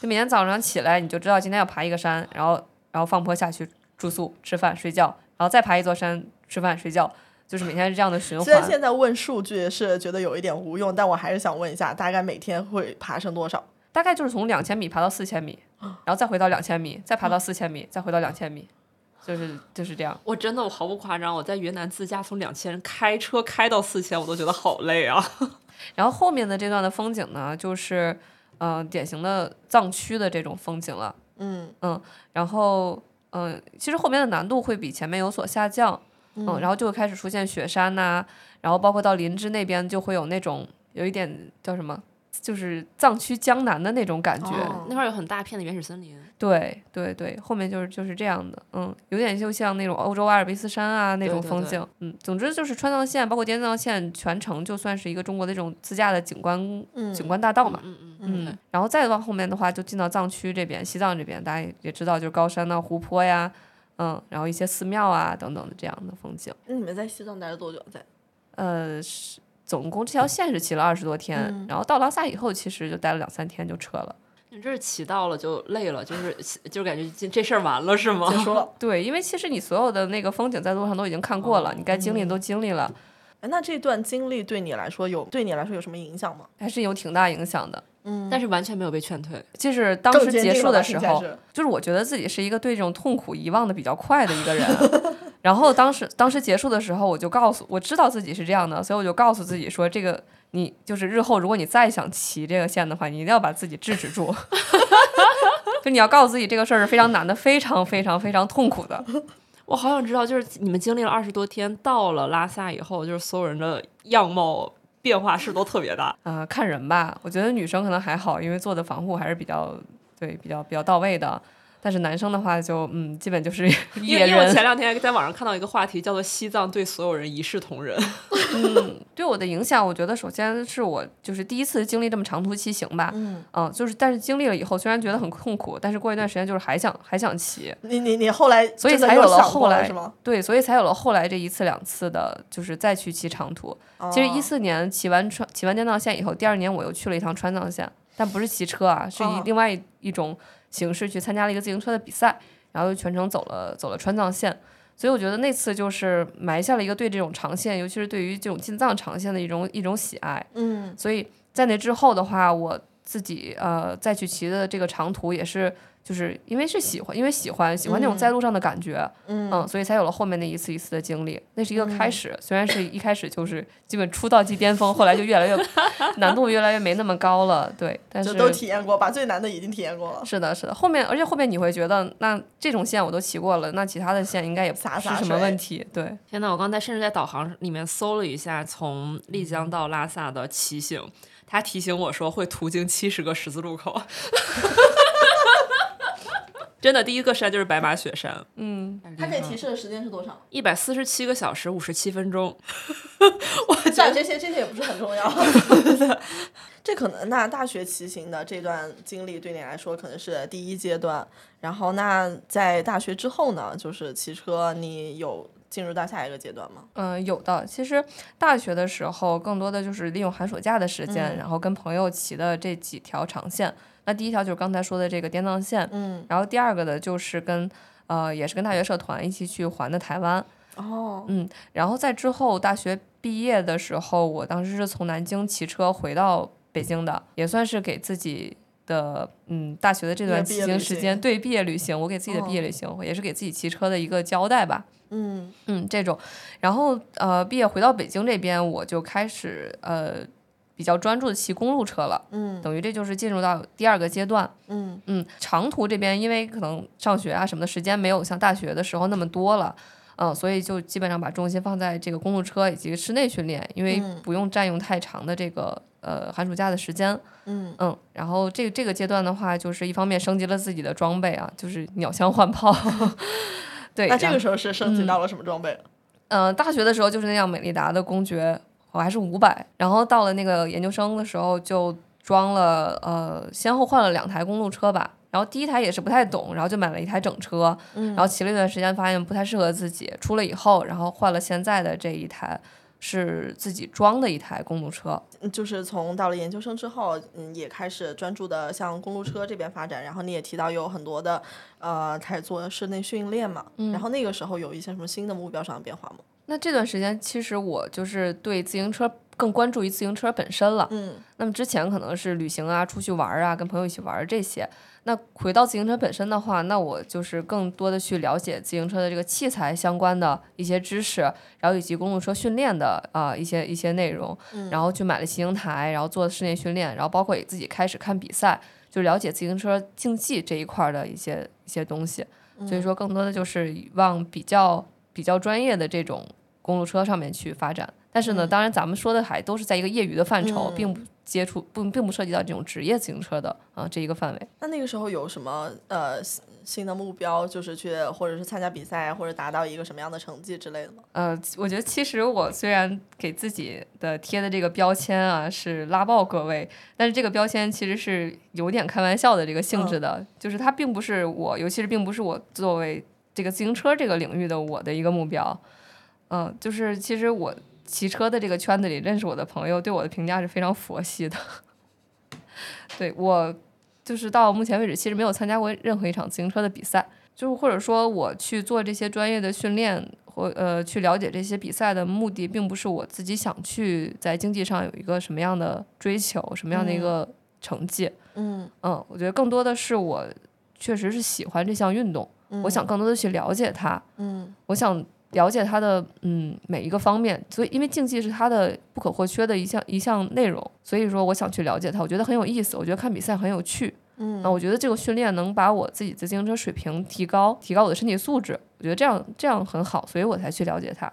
Speaker 2: 就每天早上起来，你就知道今天要爬一个山，然后然后放坡下去住宿、吃饭、睡觉，然后再爬一座山、吃饭、睡觉，就是每天是这样的循
Speaker 1: 虽然
Speaker 2: 环。
Speaker 1: 现在问数据是觉得有一点无用，但我还是想问一下，大概每天会爬升多少？
Speaker 2: 大概就是从两千米爬到四千米，然后再回到两千米，再爬到四千米，再回到两千米，就是就是这样。
Speaker 3: 我真的我毫不夸张，我在云南自驾从两千开车开到四千，我都觉得好累啊。
Speaker 2: 然后后面的这段的风景呢，就是嗯、呃典型的藏区的这种风景了。
Speaker 1: 嗯
Speaker 2: 然后嗯、呃其实后面的难度会比前面有所下降，嗯，
Speaker 1: 嗯
Speaker 2: 然后就会开始出现雪山呐、然后包括到林芝那边就会有那种有一点叫什么，就是藏区江南的那种感觉。
Speaker 1: 哦
Speaker 3: 那块儿有很大片的原始森林，
Speaker 2: 对对对，后面就是就是这样的，嗯，有点就像那种欧洲阿尔卑斯山啊那
Speaker 3: 对
Speaker 2: 种
Speaker 3: 对
Speaker 2: 风
Speaker 3: 对
Speaker 2: 景，嗯，总之就是川藏线包括滇藏线全程就算是一个中国的这种自驾的景观、
Speaker 1: 嗯
Speaker 2: 景观大道嘛，
Speaker 3: 嗯嗯
Speaker 2: 嗯，然后再往后面的话，就进到藏区这边，西藏这边，大家也也知道，就是高山呐、湖泊呀，嗯，然后一些寺庙啊等等的这样的风景。
Speaker 1: 那你们在西藏待了多久？在
Speaker 2: 呃，是总共这条线是骑了二十多天，
Speaker 1: 嗯
Speaker 2: 然后到拉萨以后，其实就待了两三天就撤了。
Speaker 3: 你这是骑到了就累了，就是就感觉这这事儿完了是吗？
Speaker 1: 结束了。
Speaker 2: 对，因为其实你所有的那个风景在路上都已经看过
Speaker 1: 嗯
Speaker 2: 了，你该经历的都经历了，
Speaker 1: 哎，那这段经历对你来说有对你来说有什么影响吗？
Speaker 2: 还是有挺大影响的。
Speaker 1: 嗯，
Speaker 3: 但是完全没有被劝退。
Speaker 2: 就是当
Speaker 1: 更
Speaker 2: 时
Speaker 1: 坚
Speaker 2: 结
Speaker 1: 定
Speaker 2: 束
Speaker 1: 了吧
Speaker 2: 的时
Speaker 1: 听起来
Speaker 2: 候，啊
Speaker 1: 是
Speaker 2: 就是我觉得自己是一个对这种痛苦遗忘的比较快的一 个人。然后当时当时结束的时候，我就告诉我知道自己是这样的，所以我就告诉自己说，这个你就是日后如果你再想骑这个线的话，你一定要把自己制止住。 就你要告诉自己这个事儿是非常难的，非常非常非常痛苦的。
Speaker 3: 我好想知道，就是你们经历了二十多天，到了拉萨以后，就是所有人的样貌变化是都特别 大。
Speaker 2: 啊，看人吧，我觉得女生可能还好，因为做的防护还是比较对比较比较到位的。但是男生的话就嗯，基本就是
Speaker 3: 因
Speaker 2: 野
Speaker 3: 为因为我
Speaker 2: 人。
Speaker 3: 前两天在网上看到一个话题，叫做“西藏对所有人一视同仁
Speaker 2: 嗯，对我的影响，我觉得首先是我就是第一次经历这么长途骑行吧，
Speaker 1: 嗯，
Speaker 2: 嗯、就是但是经历了以后，虽然觉得很痛苦，但是过一段时间就是还想还想骑，
Speaker 1: 你你你后来
Speaker 2: 所以
Speaker 1: 真的
Speaker 2: 才
Speaker 1: 又
Speaker 2: 有了
Speaker 1: 想
Speaker 2: 后
Speaker 1: 过
Speaker 2: 来
Speaker 1: 是吗？
Speaker 2: 对，所以才有了后来这一次两次的，就是再去骑长途。其实一
Speaker 1: 哦
Speaker 2: 四年骑完川骑完滇藏线以后，第二年我又去了一趟川藏线，但不是骑车啊，是以
Speaker 1: 哦
Speaker 2: 另外一一种形式去参加了一个自行车的比赛，然后又全程走了走了川藏线。所以我觉得那次就是埋下了一个对这种长线，尤其是对于这种进藏长线的一种一种喜爱。
Speaker 1: 嗯
Speaker 2: 所以在那之后的话，我自己呃再去骑的这个长途也是，就是因为是喜欢，因为喜欢喜欢那种在路上的感觉，
Speaker 1: 嗯
Speaker 2: 嗯，所以才有了后面那一次一次的经历。那是一个开始，虽然是一开始就是基本出道即巅峰，后来就越 来越难度越来越没那么高了，对，但是
Speaker 1: 就都体验过，把最难的已经体验过了。
Speaker 2: 是的，是的，后面而且后面你会觉得，那这种线我都骑过了，那其他的线应该也不
Speaker 1: 洒
Speaker 2: 是
Speaker 1: 洒
Speaker 2: 什么
Speaker 1: 水
Speaker 2: 问题，对，嗯
Speaker 3: 天呐，我刚才甚至在导航里面搜了一下从丽江到拉萨的骑行，它提醒我说会途经七十个十字路口。 真的，第一个山就是白马雪山，
Speaker 2: 嗯，
Speaker 1: 它给提示的时间是多 少？
Speaker 3: 一百四十七个小时五十七分钟。
Speaker 1: 算了，这些这些也不是很重要。 这可能那大学骑行的这段经历对你来说可能是第一阶段，然后那在大学之后呢，就是骑车，你有进入到下一个阶段吗？
Speaker 2: 嗯，有的。其实大学的时候，更多的就是利用寒暑假的时
Speaker 1: 嗯
Speaker 2: 间，然后跟朋友骑的这几条长线。那第一条就是刚才说的这个滇藏线，
Speaker 1: 嗯，
Speaker 2: 然后第二个呢就是跟呃也是跟大学社团一起去环的台湾，
Speaker 1: 哦，
Speaker 2: 嗯，然后在之后大学毕业的时候，我当时是从南京骑车回到北京的，也算是给自己。的嗯，大学的这
Speaker 1: 一个
Speaker 2: 段
Speaker 1: 毕
Speaker 2: 骑
Speaker 1: 业
Speaker 2: 行
Speaker 1: 旅
Speaker 2: 时
Speaker 1: 行哦
Speaker 2: 间，对毕业旅行，我给自己的毕业旅行，也是给自己骑车的一个交代吧。
Speaker 1: 嗯，
Speaker 2: 嗯，这种，然后呃，毕业回到北京这边，我就开始呃比较专注的骑公路车了，
Speaker 1: 嗯
Speaker 2: 等于这就是进入到第二个阶段，
Speaker 1: 嗯
Speaker 2: 嗯，长途这边因为可能上学啊什么的时间没有像大学的时候那么多了，嗯，所以就基本上把重心放在这个公路车以及室内训练，因为
Speaker 1: 嗯
Speaker 2: 不用占用太长的这个呃寒暑假的时间，
Speaker 1: 嗯，
Speaker 2: 嗯，然后这个这个阶段的话，就是一方面升级了自己的装备啊，就是鸟枪换炮， 对，
Speaker 1: 那这
Speaker 2: 然嗯
Speaker 1: 个时候是升级到了什么装备？
Speaker 2: 呃，大学的时候就是那辆美利达的公爵，我还是五百，然后到了那个研究生的时候就装了呃，先后换了两台公路车吧。然后第一台也是不太懂，然后就买了一台整车，然后骑了一段时间，发现不太适合自己。出了以后，然后换了现在的这一台，是自己装的一台公路车。
Speaker 1: 嗯就是从到了研究生之后，嗯，也开始专注的向公路车这边发展。然后你也提到有很多的，呃，开始做室内训练嘛。然后那个时候有一些什么新的目标上的变化吗？
Speaker 2: 那这段时间，其实我就是对自行车更关注于自行车本身了。
Speaker 1: 嗯
Speaker 2: 那么之前可能是旅行啊、出去玩儿啊、跟朋友一起玩儿这些。那回到自行车本身的话，那我就是更多的去了解自行车的这个器材相关的一些知识，然后以及公路车训练的啊、呃一些一些内容，然后去买了骑行台，然后做室内训练，然后包括也自己开始看比赛，就了解自行车竞技这一块儿的一些一些东西。所以说，更多的就是往比较比较专业的这种公路车上面去发展。但是呢，当然咱们说的还都是在一个业余的范畴，并不接触，不并不涉及到这种职业自行车的啊这一个范围。
Speaker 1: 那那个时候有什么呃新新的目标，就是去或者是参加比赛，或者达到一个什么样的成绩之类的吗？
Speaker 2: 呃，我觉得其实我虽然给自己的贴的这个标签啊是拉爆各位，但是这个标签其实是有点开玩笑的这个性质的，就是它并不是我，尤其是并不是我作为这个自行车这个领域的我的一个目标。嗯、就是其实我骑车的这个圈子里认识我的朋友对我的评价是非常佛系的， 对我就是到目前为止其实没有参加过任何一场自行车的比赛。就是或者说我去做这些专业的训练或呃去了解这些比赛的目的，并不是我自己想去在经济上有一个什么样的追求，什么样的一个成绩。
Speaker 1: 嗯
Speaker 2: 嗯我觉得更多的是我确实是喜欢这项运动，我想更多的去了解它，
Speaker 1: 嗯
Speaker 2: 我想。了解它的嗯每一个方面，所以因为竞技是它的不可或缺的一项一项内容，所以说我想去了解它，我觉得很有意思，我觉得看比赛很有趣，
Speaker 1: 嗯
Speaker 2: 啊，我觉得这个训练能把我自己的自行车水平提高，提高我的身体素质，我觉得这样这样很好，所以我才去了解它。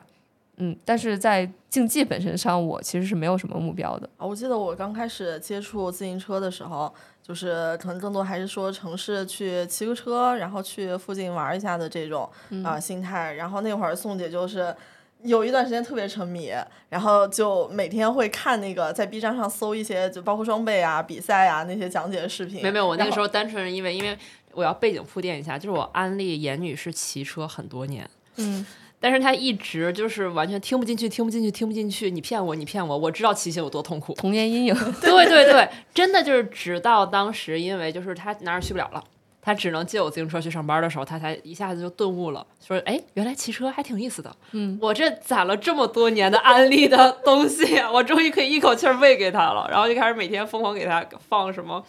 Speaker 2: 嗯，但是在竞技本身上，我其实是没有什么目标的。
Speaker 1: 啊，我记得我刚开始接触自行车的时候，就是可能更多还是说城市去骑个车，然后去附近玩一下的这种啊、
Speaker 3: 嗯
Speaker 1: 心态。然后那会儿宋姐就是有一段时间特别沉迷，然后就每天会看那个在 B 站上搜一些，就包括装备啊、比赛啊那些讲解的视频。
Speaker 3: 没有没有，我那
Speaker 1: 然
Speaker 3: 个
Speaker 1: 后
Speaker 3: 时候单纯是因为因为我要背景铺垫一下，就是我安利严女士骑车很多年，
Speaker 1: 嗯，
Speaker 3: 但是她一直就是完全听不进去，听不进去，听不进去，你骗我，你骗我，我知道骑行有多痛苦，
Speaker 2: 童年阴影，
Speaker 3: 对对对，真的就是直到当时，因为就是他哪儿也去不了了。他只能借我自行车去上班的时候，他才一下子就顿悟了，说：“哎，原来骑车还挺意思的。
Speaker 2: 嗯，
Speaker 3: 我这攒了这么多年的安利的东西，我终于可以一口气儿喂给他了。”然后就开始每天疯狂给他放什么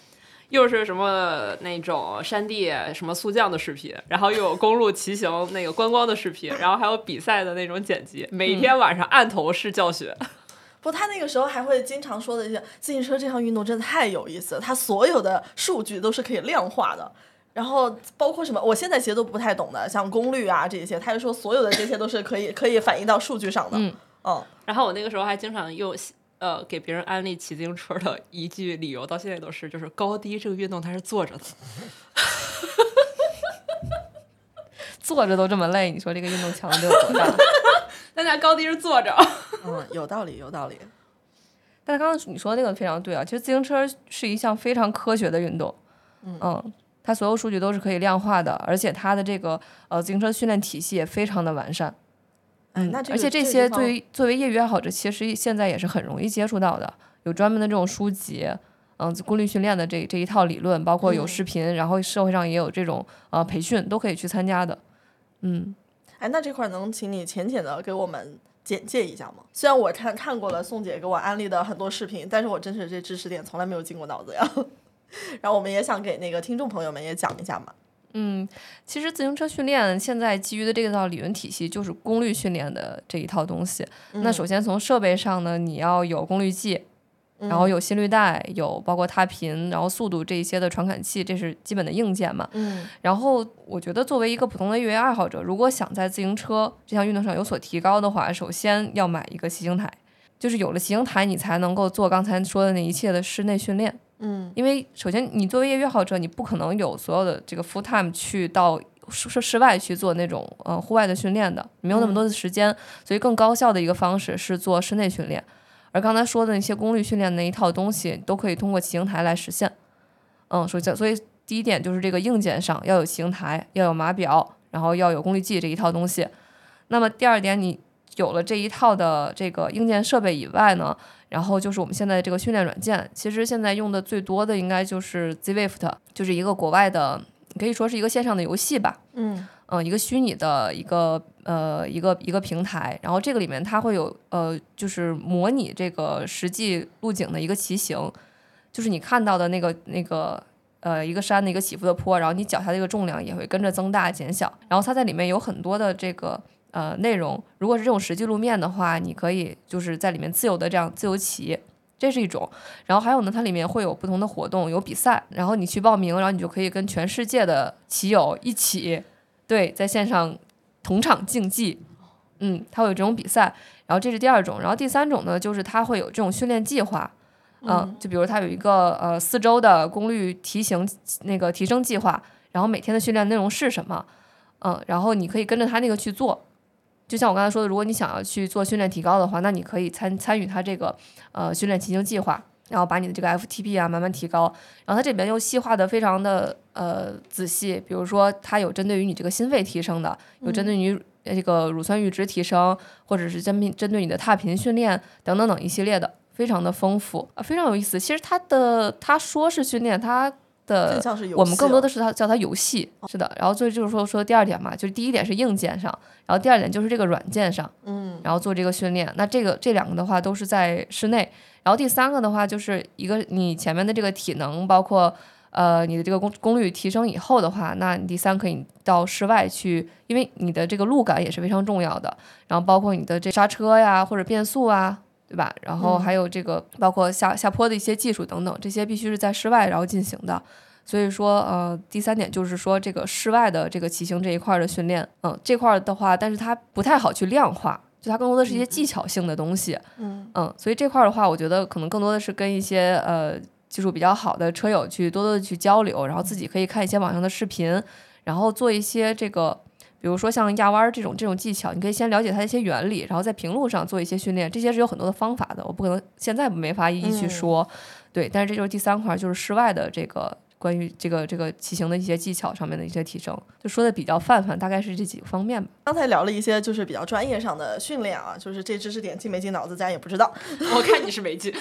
Speaker 3: 又是什么那种山地什么速降的视频，然后又有公路骑行那个观光的视频，然后还有比赛的那种剪辑，每天晚上按头式教学。
Speaker 1: 不，他那个时候还会经常说的一些自行车这项运动真的太有意思了，它所有的数据都是可以量化的，然后包括什么，我现在其实都不太懂的，像功率啊这些，他就说所有的这些都是可以 可以反映到数据上的。嗯，
Speaker 3: 然后我那个时候还经常用呃给别人安利骑自行车的一句理由，到现在都是就是高低这个运动它是坐着的，
Speaker 2: 坐着都这么累，你说这个运动强度有多大？
Speaker 3: 大家高低是坐着。
Speaker 1: 嗯，有道理，有道理。
Speaker 2: 但是刚刚你说的那个非常对啊，其实自行车是一项非常科学的运动，嗯它所有数据都是可以量化的，而且它的这个呃自行车训练体系也非常的完善，
Speaker 1: 哎，那这个、
Speaker 2: 而且这
Speaker 1: 个
Speaker 2: 些
Speaker 1: 地方
Speaker 2: 对于作为业余爱好者，其实现在也是很容易接触到的，有专门的这种书籍。嗯，功率训练的这这一套理论，包括有
Speaker 1: 嗯
Speaker 2: 视频，然后社会上也有这种呃培训，都可以去参加的。嗯，
Speaker 1: 哎，那这块儿能请你浅浅的给我们简介一下吗？虽然我看看过了宋姐给我安利的很多视频，但是我真是这知识点从来没有进过脑子呀。 然后我们也想给那个听众朋友们也讲一下嘛。
Speaker 2: 嗯，其实自行车训练现在基于的这套理论体系就是功率训练的这一套东西。
Speaker 1: 嗯
Speaker 2: 那首先从设备上呢，你要有功率计，
Speaker 1: 嗯
Speaker 2: 然后有心率带，有包括踏频，然后速度这一些的传感器，这是基本的硬件嘛。
Speaker 1: 嗯
Speaker 2: 然后我觉得作为一个普通的越野爱好者，如果想在自行车这项运动上有所提高的话，首先要买一个骑行台，就是有了骑行台，你才能够做刚才说的那一切的室内训练。
Speaker 1: 嗯，
Speaker 2: 因为首先你作为业余爱好者，你不可能有所有的这个 full time 去到室室室外去做那种呃户外的训练的，没有那么多的时间，所以更高效的一个方式是做室内训练。而刚才说的那些功率训练那一套东西，都可以通过骑行台来实现。嗯，首先，所以第一点就是这个硬件上要有骑行台，要有码表，然后要有功率计这一套东西。那么第二点，你有了这一套的这个硬件设备以外呢，然后就是我们现在这个训练软件，其实现在用的最多的应该就是 Zwift，就是一个国外的，可以说是一个线上的游戏吧，
Speaker 1: 嗯
Speaker 2: 嗯、一个虚拟的一个呃一个一个平台，然后这个里面它会有呃就是模拟这个实际路景的一个骑行，就是你看到的那个那个。呃，一个山的一个起伏的坡，然后你脚下的一个重量也会跟着增大减小，然后它在里面有很多的这个呃内容。如果是这种实际路面的话，你可以就是在里面自由的这样自由骑，这是一种。然后还有呢，它里面会有不同的活动，有比赛，然后你去报名，然后你就可以跟全世界的骑友一起对在线上同场竞技。嗯，它会有这种比赛，然后这是第二种，然后第三种呢，就是它会有这种训练计划。嗯，就比如它有一个呃四周的功率提醒那个提升计划，然后每天的训练内容是什么，嗯，然后你可以跟着他那个去做。就像我刚才说的，如果你想要去做训练提高的话，那你可以参参与他这个呃训练骑行计划，然后把你的这个 FTP 啊慢慢提高。然后它这里面又细化的非常的呃仔细，比如说它有针对于你这个心肺提升的，有针对于呃这个乳酸阈值提升，或者是针针对你的踏频训练等等等一系列的，非常的丰富啊，非常有意思。其实它的它说是训练，它的
Speaker 1: 更像是游戏了。
Speaker 2: 我们更多的是它叫它游戏，是的。然后所以就是说说第二点嘛，就是第一点是硬件上，然后第二点就是这个软件上，
Speaker 1: 嗯，
Speaker 2: 然后做这个训练。那这个这两个的话都是在室内，然后第三个的话就是一个你前面的这个体能，包括呃你的这个功功率提升以后的话，那你第三可以到室外去，因为你的这个路感也是非常重要的，然后包括你的这刹车呀或者变速啊。对吧？然后还有这个，包括下下坡的一些技术等等，这些必须是在室外然后进行的。所以说，呃，第三点就是说，这个室外的这个骑行这一块儿的训练，嗯，这块儿的话，但是它不太好去量化，就它更多的是一些技巧性的东西，
Speaker 1: 嗯
Speaker 2: 嗯，所以这块儿的话，我觉得可能更多的是跟一些呃技术比较好的车友去多多的去交流，然后自己可以看一些网上的视频，然后做一些这个。比如说像压弯儿这种这种技巧，你可以先了解它的一些原理，然后在平路上做一些训练，这些是有很多的方法的，我不可能现在没法一一去
Speaker 1: 嗯
Speaker 2: 说，对，但是这就是第三块儿，就是室外的这个关于这个这个骑行的一些技巧上面的一些提升，就说的比较泛泛，大概是这几个方面吧。
Speaker 1: 刚才聊了一些就是比较专业上的训练啊，就是这知识点进没进脑子，咱也不知道。
Speaker 3: 我看你是没劲，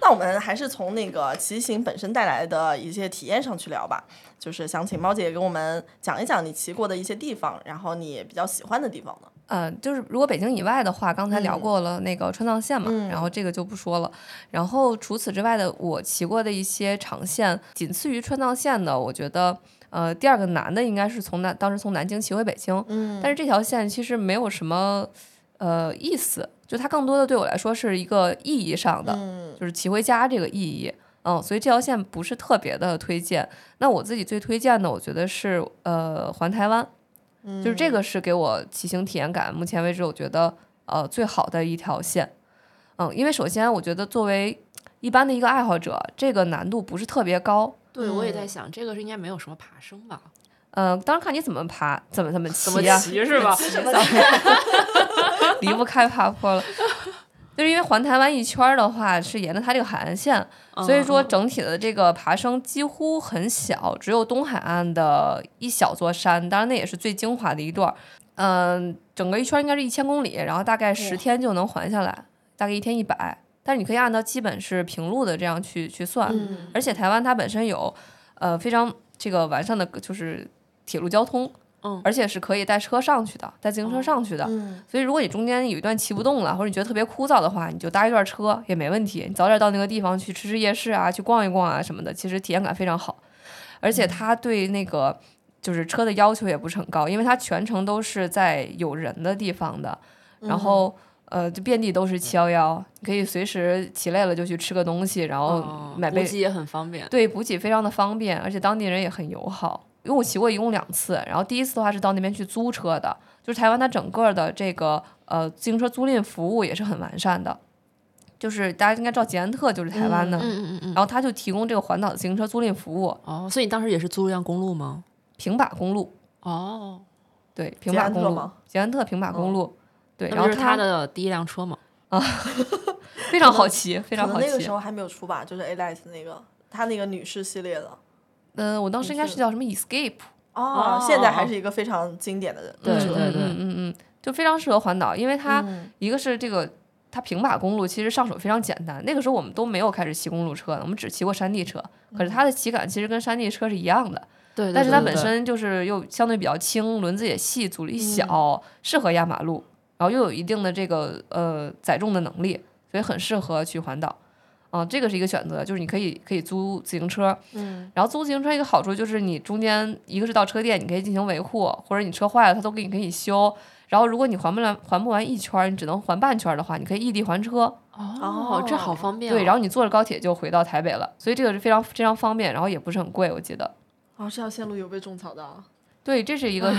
Speaker 1: 那我们还是从那个骑行本身带来的一些体验上去聊吧，就是想请猫姐给我们讲一讲你骑过的一些地方，然后你比较喜欢的地方呢？
Speaker 2: 呃，就是如果北京以外的话，刚才聊过了那个川藏线嘛，
Speaker 1: 嗯
Speaker 2: 然后这个就不说了。然后除此之外的，我骑过的一些长线，仅次于川藏线的，我觉得呃，第二个难的应该是从南，当时从南京骑回北京，
Speaker 1: 嗯
Speaker 2: 但是这条线其实没有什么呃意思，就它更多的对我来说是一个意义上的，
Speaker 1: 嗯
Speaker 2: 就是骑回家这个意义。嗯，所以这条线不是特别的推荐。那我自己最推荐的，我觉得是呃环台湾，
Speaker 3: 嗯
Speaker 2: 就是这个是给我骑行体验感，目前为止我觉得呃最好的一条线。嗯，因为首先我觉得作为一般的一个爱好者，这个难度不是特别高。
Speaker 3: 对，我也在
Speaker 1: 嗯
Speaker 3: 想，这个是应该没有什么爬升吧？
Speaker 2: 嗯，当然看你怎么爬，怎么怎么骑、
Speaker 3: 怎
Speaker 2: 啊，
Speaker 3: 么骑是吧？
Speaker 2: 离不开爬坡了。 就是因为环台湾一圈儿的话是沿着它这个海岸线，所以说
Speaker 3: 嗯
Speaker 2: 整体的这个爬升几乎很小，只有东海岸的一小座山，当然那也是最精华的一段儿。嗯，整个一圈儿应该是一千公里，然后大概十
Speaker 1: 哇
Speaker 2: 天就能环下来，大概一天一百。但是你可以按照基本是平路的这样去去算，
Speaker 1: 嗯
Speaker 2: 而且台湾它本身有呃非常这个完善的就是铁路交通，
Speaker 3: 嗯
Speaker 2: 而且是可以带车上去的，带自行车
Speaker 3: 哦
Speaker 2: 上去的。
Speaker 1: 嗯
Speaker 2: 所以，如果你中间有一段骑不动了，或者你觉得特别枯燥的话，你就搭一段车也没问题。你早点到那个地方去吃吃夜市啊，去逛一逛啊什么的，其实体验感非常好。而且它对那个就是车的要求也不是很高，因为它全程都是在有人的地方的，然后、呃就遍地都是七幺幺，你可以随时骑累了就去吃个东西，然后
Speaker 3: 哦
Speaker 2: 买杯
Speaker 3: 估计也很方便。
Speaker 2: 对，补给非常的方便，而且当地人也很友好。因为我骑过一共两次，然后第一次的话是到那边去租车的，就是台湾它整个的这个呃自行车租赁服务也是很完善的，就是大家应该知道捷安特就是台湾的，
Speaker 3: 嗯嗯嗯。
Speaker 2: 然后它就提供这个环岛的自行车租赁服务，
Speaker 3: 哦，所以你当时也是租了辆公路吗？
Speaker 2: 平把公路，
Speaker 3: 哦，
Speaker 2: 对，平
Speaker 1: 捷
Speaker 2: 把
Speaker 1: 安
Speaker 2: 公
Speaker 1: 特
Speaker 2: 路
Speaker 1: 吗，
Speaker 2: 捷安特平把公
Speaker 1: 哦
Speaker 2: 路，对，
Speaker 3: 那
Speaker 2: 然
Speaker 3: 不
Speaker 2: 后
Speaker 3: 就是他
Speaker 2: 它
Speaker 3: 的第一辆车嘛。
Speaker 2: 非常好骑，非
Speaker 1: 可
Speaker 2: 常
Speaker 1: 能
Speaker 2: 好
Speaker 1: 那个
Speaker 2: 骑
Speaker 1: 时。候还没有出吧，就是 A Light 那个，它那个女士系列的。
Speaker 2: 嗯、我当时应该是叫什么 Escape，
Speaker 1: 哦，现在还是一个非常经典的
Speaker 3: 对
Speaker 1: 车。
Speaker 3: 对对
Speaker 2: 嗯嗯嗯嗯，就非常适合环岛，因为它、
Speaker 1: 嗯
Speaker 2: 一个是这个它平把公路其实上手非常简单，那个时候我们都没有开始骑公路车呢，我们只骑过山地车。可是它的骑感其实跟山地车是一样的，
Speaker 3: 对对
Speaker 2: 但是它
Speaker 3: 对
Speaker 2: 本
Speaker 3: 对
Speaker 2: 身就是又相对比较轻，轮子也细，阻力
Speaker 3: 嗯
Speaker 2: 小，适合压马路，然后又有一定的这个呃载重的能力，所以很适合去环岛。啊、这个是一个选择，就是你可以可以租自行车，
Speaker 1: 嗯，
Speaker 2: 然后租自行车一个好处就是你中间一个是到车店你可以进行维护，或者你车坏了它都给你可以修。然后如果你还不来还不完一圈儿，你只能还半圈儿的话，你可以异地还车。
Speaker 3: 哦，这好方便哦。
Speaker 2: 对，然后你坐着高铁就回到台北了，所以这个是非常非常方便，然后也不是很贵，我记得。
Speaker 1: 哦，这条线路有被种草的啊。
Speaker 2: 对，这是一个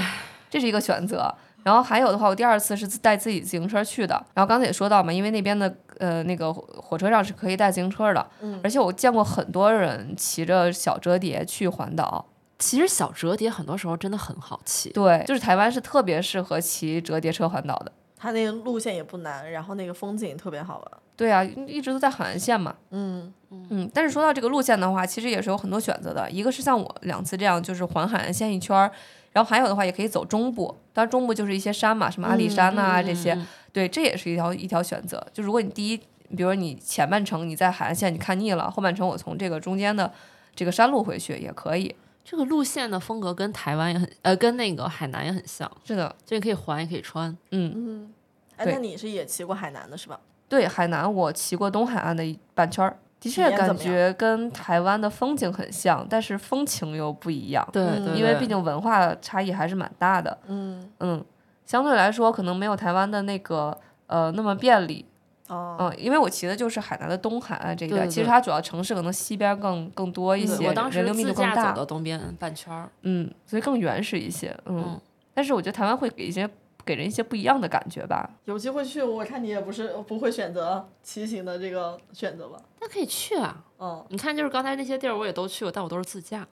Speaker 2: 这是一个选择。然后还有的话，我第二次是自带自己自行车去的。然后刚才也说到嘛，因为那边的呃那个火火车上是可以带自行车的，
Speaker 1: 嗯
Speaker 2: 而且我见过很多人骑着小折叠去环岛。
Speaker 3: 其实小折叠很多时候真的很好骑。
Speaker 2: 对，就是台湾是特别适合骑折叠车环岛的。
Speaker 1: 它那个路线也不难，然后那个风景特别好玩。
Speaker 2: 对啊，一直都在海岸线嘛。
Speaker 1: 嗯
Speaker 2: 嗯，但是说到这个路线的话，其实也是有很多选择的。一个是像我两次这样，就是环海岸线一圈儿，然后还有的话也可以走中部，当然中部就是一些山嘛，什么阿里山呐、这
Speaker 3: 嗯
Speaker 2: 些。对，这也是一条一条选择。就如果你第一，比如说你前半程你在海岸线你看腻了，后半程我从这个中间的这个山路回去也可以。
Speaker 3: 这个路线的风格跟台湾也很，呃，跟那个海南也很像，
Speaker 2: 是的，
Speaker 3: 就你可以环也可以穿。
Speaker 2: 嗯，
Speaker 1: 嗯，哎，
Speaker 2: 对
Speaker 1: 那你是也骑过海南的是吧？
Speaker 2: 对，海南我骑过东海岸的一半圈儿，的确
Speaker 1: 体验
Speaker 2: 感
Speaker 1: 怎么样
Speaker 2: 觉跟台湾的风景很像，但是风情又不一样，
Speaker 3: 对
Speaker 1: 嗯
Speaker 2: 因为毕竟文化差异还是蛮大的。
Speaker 1: 嗯，
Speaker 2: 嗯，相对来说可能没有台湾的那个呃那么便利。
Speaker 1: 哦，
Speaker 2: 嗯，因为我骑的就是海南的东海岸这一
Speaker 3: 对
Speaker 2: 带，
Speaker 3: 对
Speaker 2: 其实
Speaker 3: 对
Speaker 2: 它主要城市可能西边更更多一
Speaker 1: 嗯
Speaker 2: 些，
Speaker 3: 我当时
Speaker 2: 人流密度
Speaker 3: 自
Speaker 2: 更
Speaker 3: 驾走
Speaker 2: 大
Speaker 3: 到，东边半圈儿，
Speaker 2: 嗯，所以更原始一些，嗯。
Speaker 3: 嗯
Speaker 2: 但是我觉得台湾会给一些给人一些不一样的感觉 吧。
Speaker 1: 有机会去，我看你也不是不会选择骑行的这个选择吧？
Speaker 3: 那可以去啊。
Speaker 1: 嗯，
Speaker 3: 你看，就是刚才那些地儿我也都去过，但我都是自驾。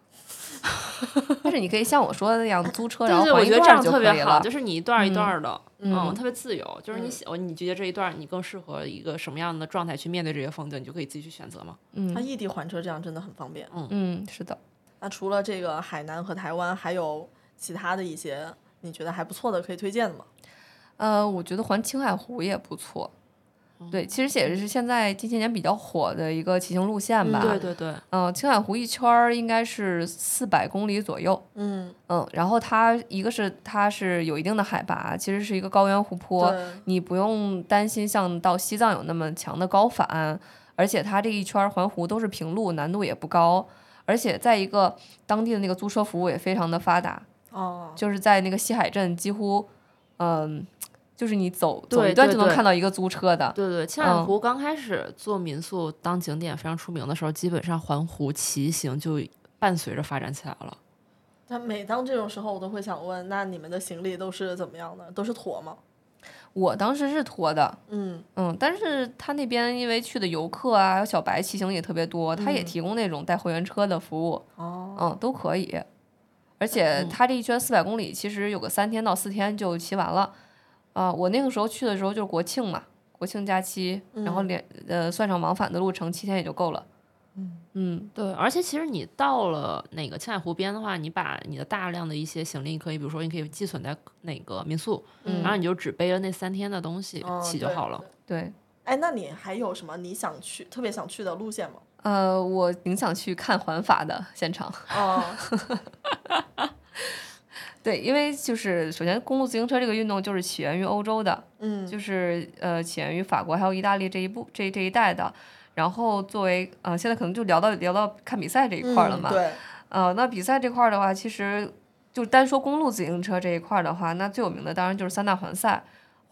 Speaker 2: 但是你可以像我说的那样租车，
Speaker 3: 对
Speaker 2: 然后
Speaker 3: 对，我
Speaker 2: 环一
Speaker 3: 觉得这
Speaker 2: 段儿
Speaker 3: 样
Speaker 2: 就
Speaker 3: 特
Speaker 2: 可
Speaker 3: 别
Speaker 2: 以
Speaker 3: 好，
Speaker 2: 了。
Speaker 3: 就是你一段儿一段儿的，嗯，
Speaker 1: 嗯
Speaker 3: 特别自由。就是你喜，你觉得这一段儿你更适合一个什么样的状态去面对这些风景，你就可以自己去选择嘛。
Speaker 1: 那
Speaker 2: 嗯
Speaker 1: 异地还车这样真的很方便。
Speaker 2: 嗯，是的。
Speaker 1: 那除了这个海南和台湾，还有其他的一些你觉得还不错的可以推荐的吗？
Speaker 2: 呃，我觉得环青海湖也不错，对，其实也是现在近些年比较火的一个骑行路线吧。
Speaker 3: 对对对，
Speaker 2: 嗯，青海湖一圈儿应该是四百公里左右。
Speaker 1: 嗯，
Speaker 2: 嗯，然后它一个是它是有一定的海拔，其实是一个高原湖泊，
Speaker 1: 对
Speaker 2: 你不用担心像到西藏有那么强的高反，而且它这一圈儿环湖都是平路，难度也不高，而且在一个当地的那个租车服务也非常的发达，
Speaker 1: 哦，
Speaker 2: 就是在那个西海镇几乎，嗯，就是你走走
Speaker 3: 对
Speaker 2: 一段
Speaker 3: 对
Speaker 2: 就能
Speaker 3: 对
Speaker 2: 看到一个租车的，
Speaker 3: 对对，青海
Speaker 2: 嗯
Speaker 3: 湖刚开始做民宿当景点非常出名的时候，基本上环湖骑行就伴随着发展起来了。
Speaker 1: 但每当这种时候，我都会想问，那你们的行李都是怎么样的？都是驮吗？
Speaker 2: 我当时是拖的，
Speaker 1: 嗯，
Speaker 2: 嗯，但是他那边因为去的游客啊，有小白骑行也特别多，他
Speaker 3: 嗯
Speaker 2: 也提供那种带会员车的服务，
Speaker 1: 哦，
Speaker 2: 嗯，都可以。
Speaker 3: 嗯
Speaker 2: 而且他这一圈四百公里，其实有个三天到四天就骑完了。啊、我那个时候去的时候就是国庆嘛，国庆假期，然
Speaker 3: 嗯
Speaker 2: 后连呃算上往返的路程，七天也就够了。嗯
Speaker 3: 对，而且其实你到了那个青海湖边的话，你把你的大量的一些行李可以，比如说你可以寄存在那个民宿，
Speaker 2: 嗯
Speaker 3: 然后你就只背着那三天的东西
Speaker 1: 哦
Speaker 3: 骑就好了。。
Speaker 1: 对
Speaker 2: 对，
Speaker 1: 哎，那你还有什么你想去特别想去的路线 吗？
Speaker 2: 呃，我挺想去看环法的现场。
Speaker 1: 哦，
Speaker 2: 对，因为就是首先公路自行车这个运动就是起源于欧洲的，
Speaker 1: 嗯，
Speaker 2: 就是呃起源于法国还有意大利这一部这这一带的。然后作为呃现在可能就聊到聊到看比赛这一块儿了嘛，
Speaker 1: 对，
Speaker 2: 呃那比赛这块儿的话，其实就单说公路自行车这一块儿的话，那最有名的当然就是三大环赛，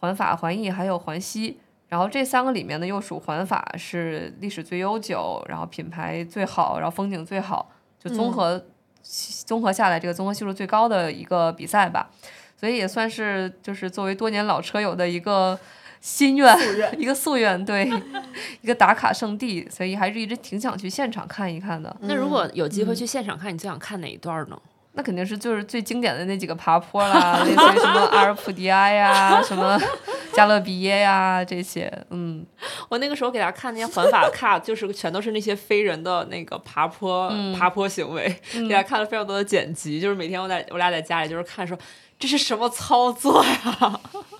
Speaker 2: 环法、环意还有环西。然后这三个里面呢，又属环法是历史最悠久，然后品牌最好，然后风景最好，就综合、综合下来这个综合系数最高的一个比赛吧。所以也算是就是作为多年老车友的一个心愿，
Speaker 1: 夙愿
Speaker 2: 一个夙愿，对， 一个打卡圣地，所以还是一直挺想去现场看一看的。
Speaker 3: 那如果有机会去现场看，你最想看哪一段呢？
Speaker 2: 那肯定是就是最经典的那几个爬坡啦，类似于什么阿尔普迪亚呀，什么加勒比耶呀这些，嗯，
Speaker 3: 我那个时候给大家看那些环法卡， 就是全都是那些飞人的那个爬坡、爬坡行为，给大家看了非常多的剪辑。就是每天我在我俩在家里就是看说这是什么操作呀？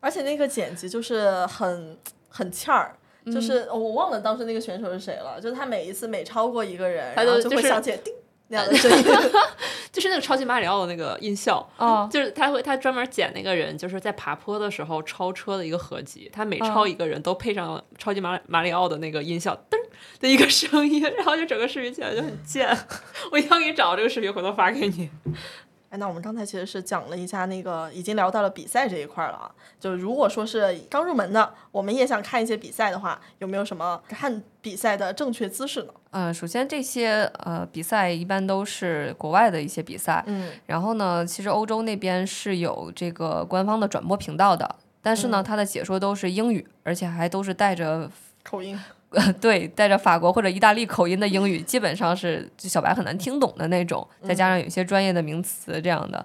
Speaker 1: 而且那个剪辑就是很很欠儿。
Speaker 2: 嗯
Speaker 1: 就是我忘了当时那个选手是谁了，就是他每一次每超过一个人，
Speaker 3: 他
Speaker 1: 然后就
Speaker 3: 就就
Speaker 1: 会
Speaker 3: 是
Speaker 1: 响起叮
Speaker 2: 呃
Speaker 1: 那样的声 音。
Speaker 3: 就是那个超级马里奥的那个音效，
Speaker 2: 哦
Speaker 3: 就是他会他专门剪那个人就是在爬坡的时候超车的一个合集，他每超一个人都配上超级马马里奥的那个音效，噔儿的一个声音，然后就整个视频起来就很贱。 我一定要给你找这个视频，回头发给你。
Speaker 1: 哎，那我们刚才其实是讲了一下那个，已经聊到了比赛这一块儿了啊。就如果说是刚入门的，我们也想看一些比赛的话，有没有什么看比赛的正确姿势呢？
Speaker 2: 呃，首先这些呃比赛一般都是国外的一些比赛，
Speaker 1: 嗯，
Speaker 2: 然后呢，其实欧洲那边是有这个官方的转播频道的，但是呢，它的解说都是英语，而且还都是带着
Speaker 1: 口音。
Speaker 2: 对，带着法国或者意大利口音的英语，基本上是就小白很难听懂的那种，再加上
Speaker 1: 嗯
Speaker 2: 有一些专业的名词这样的。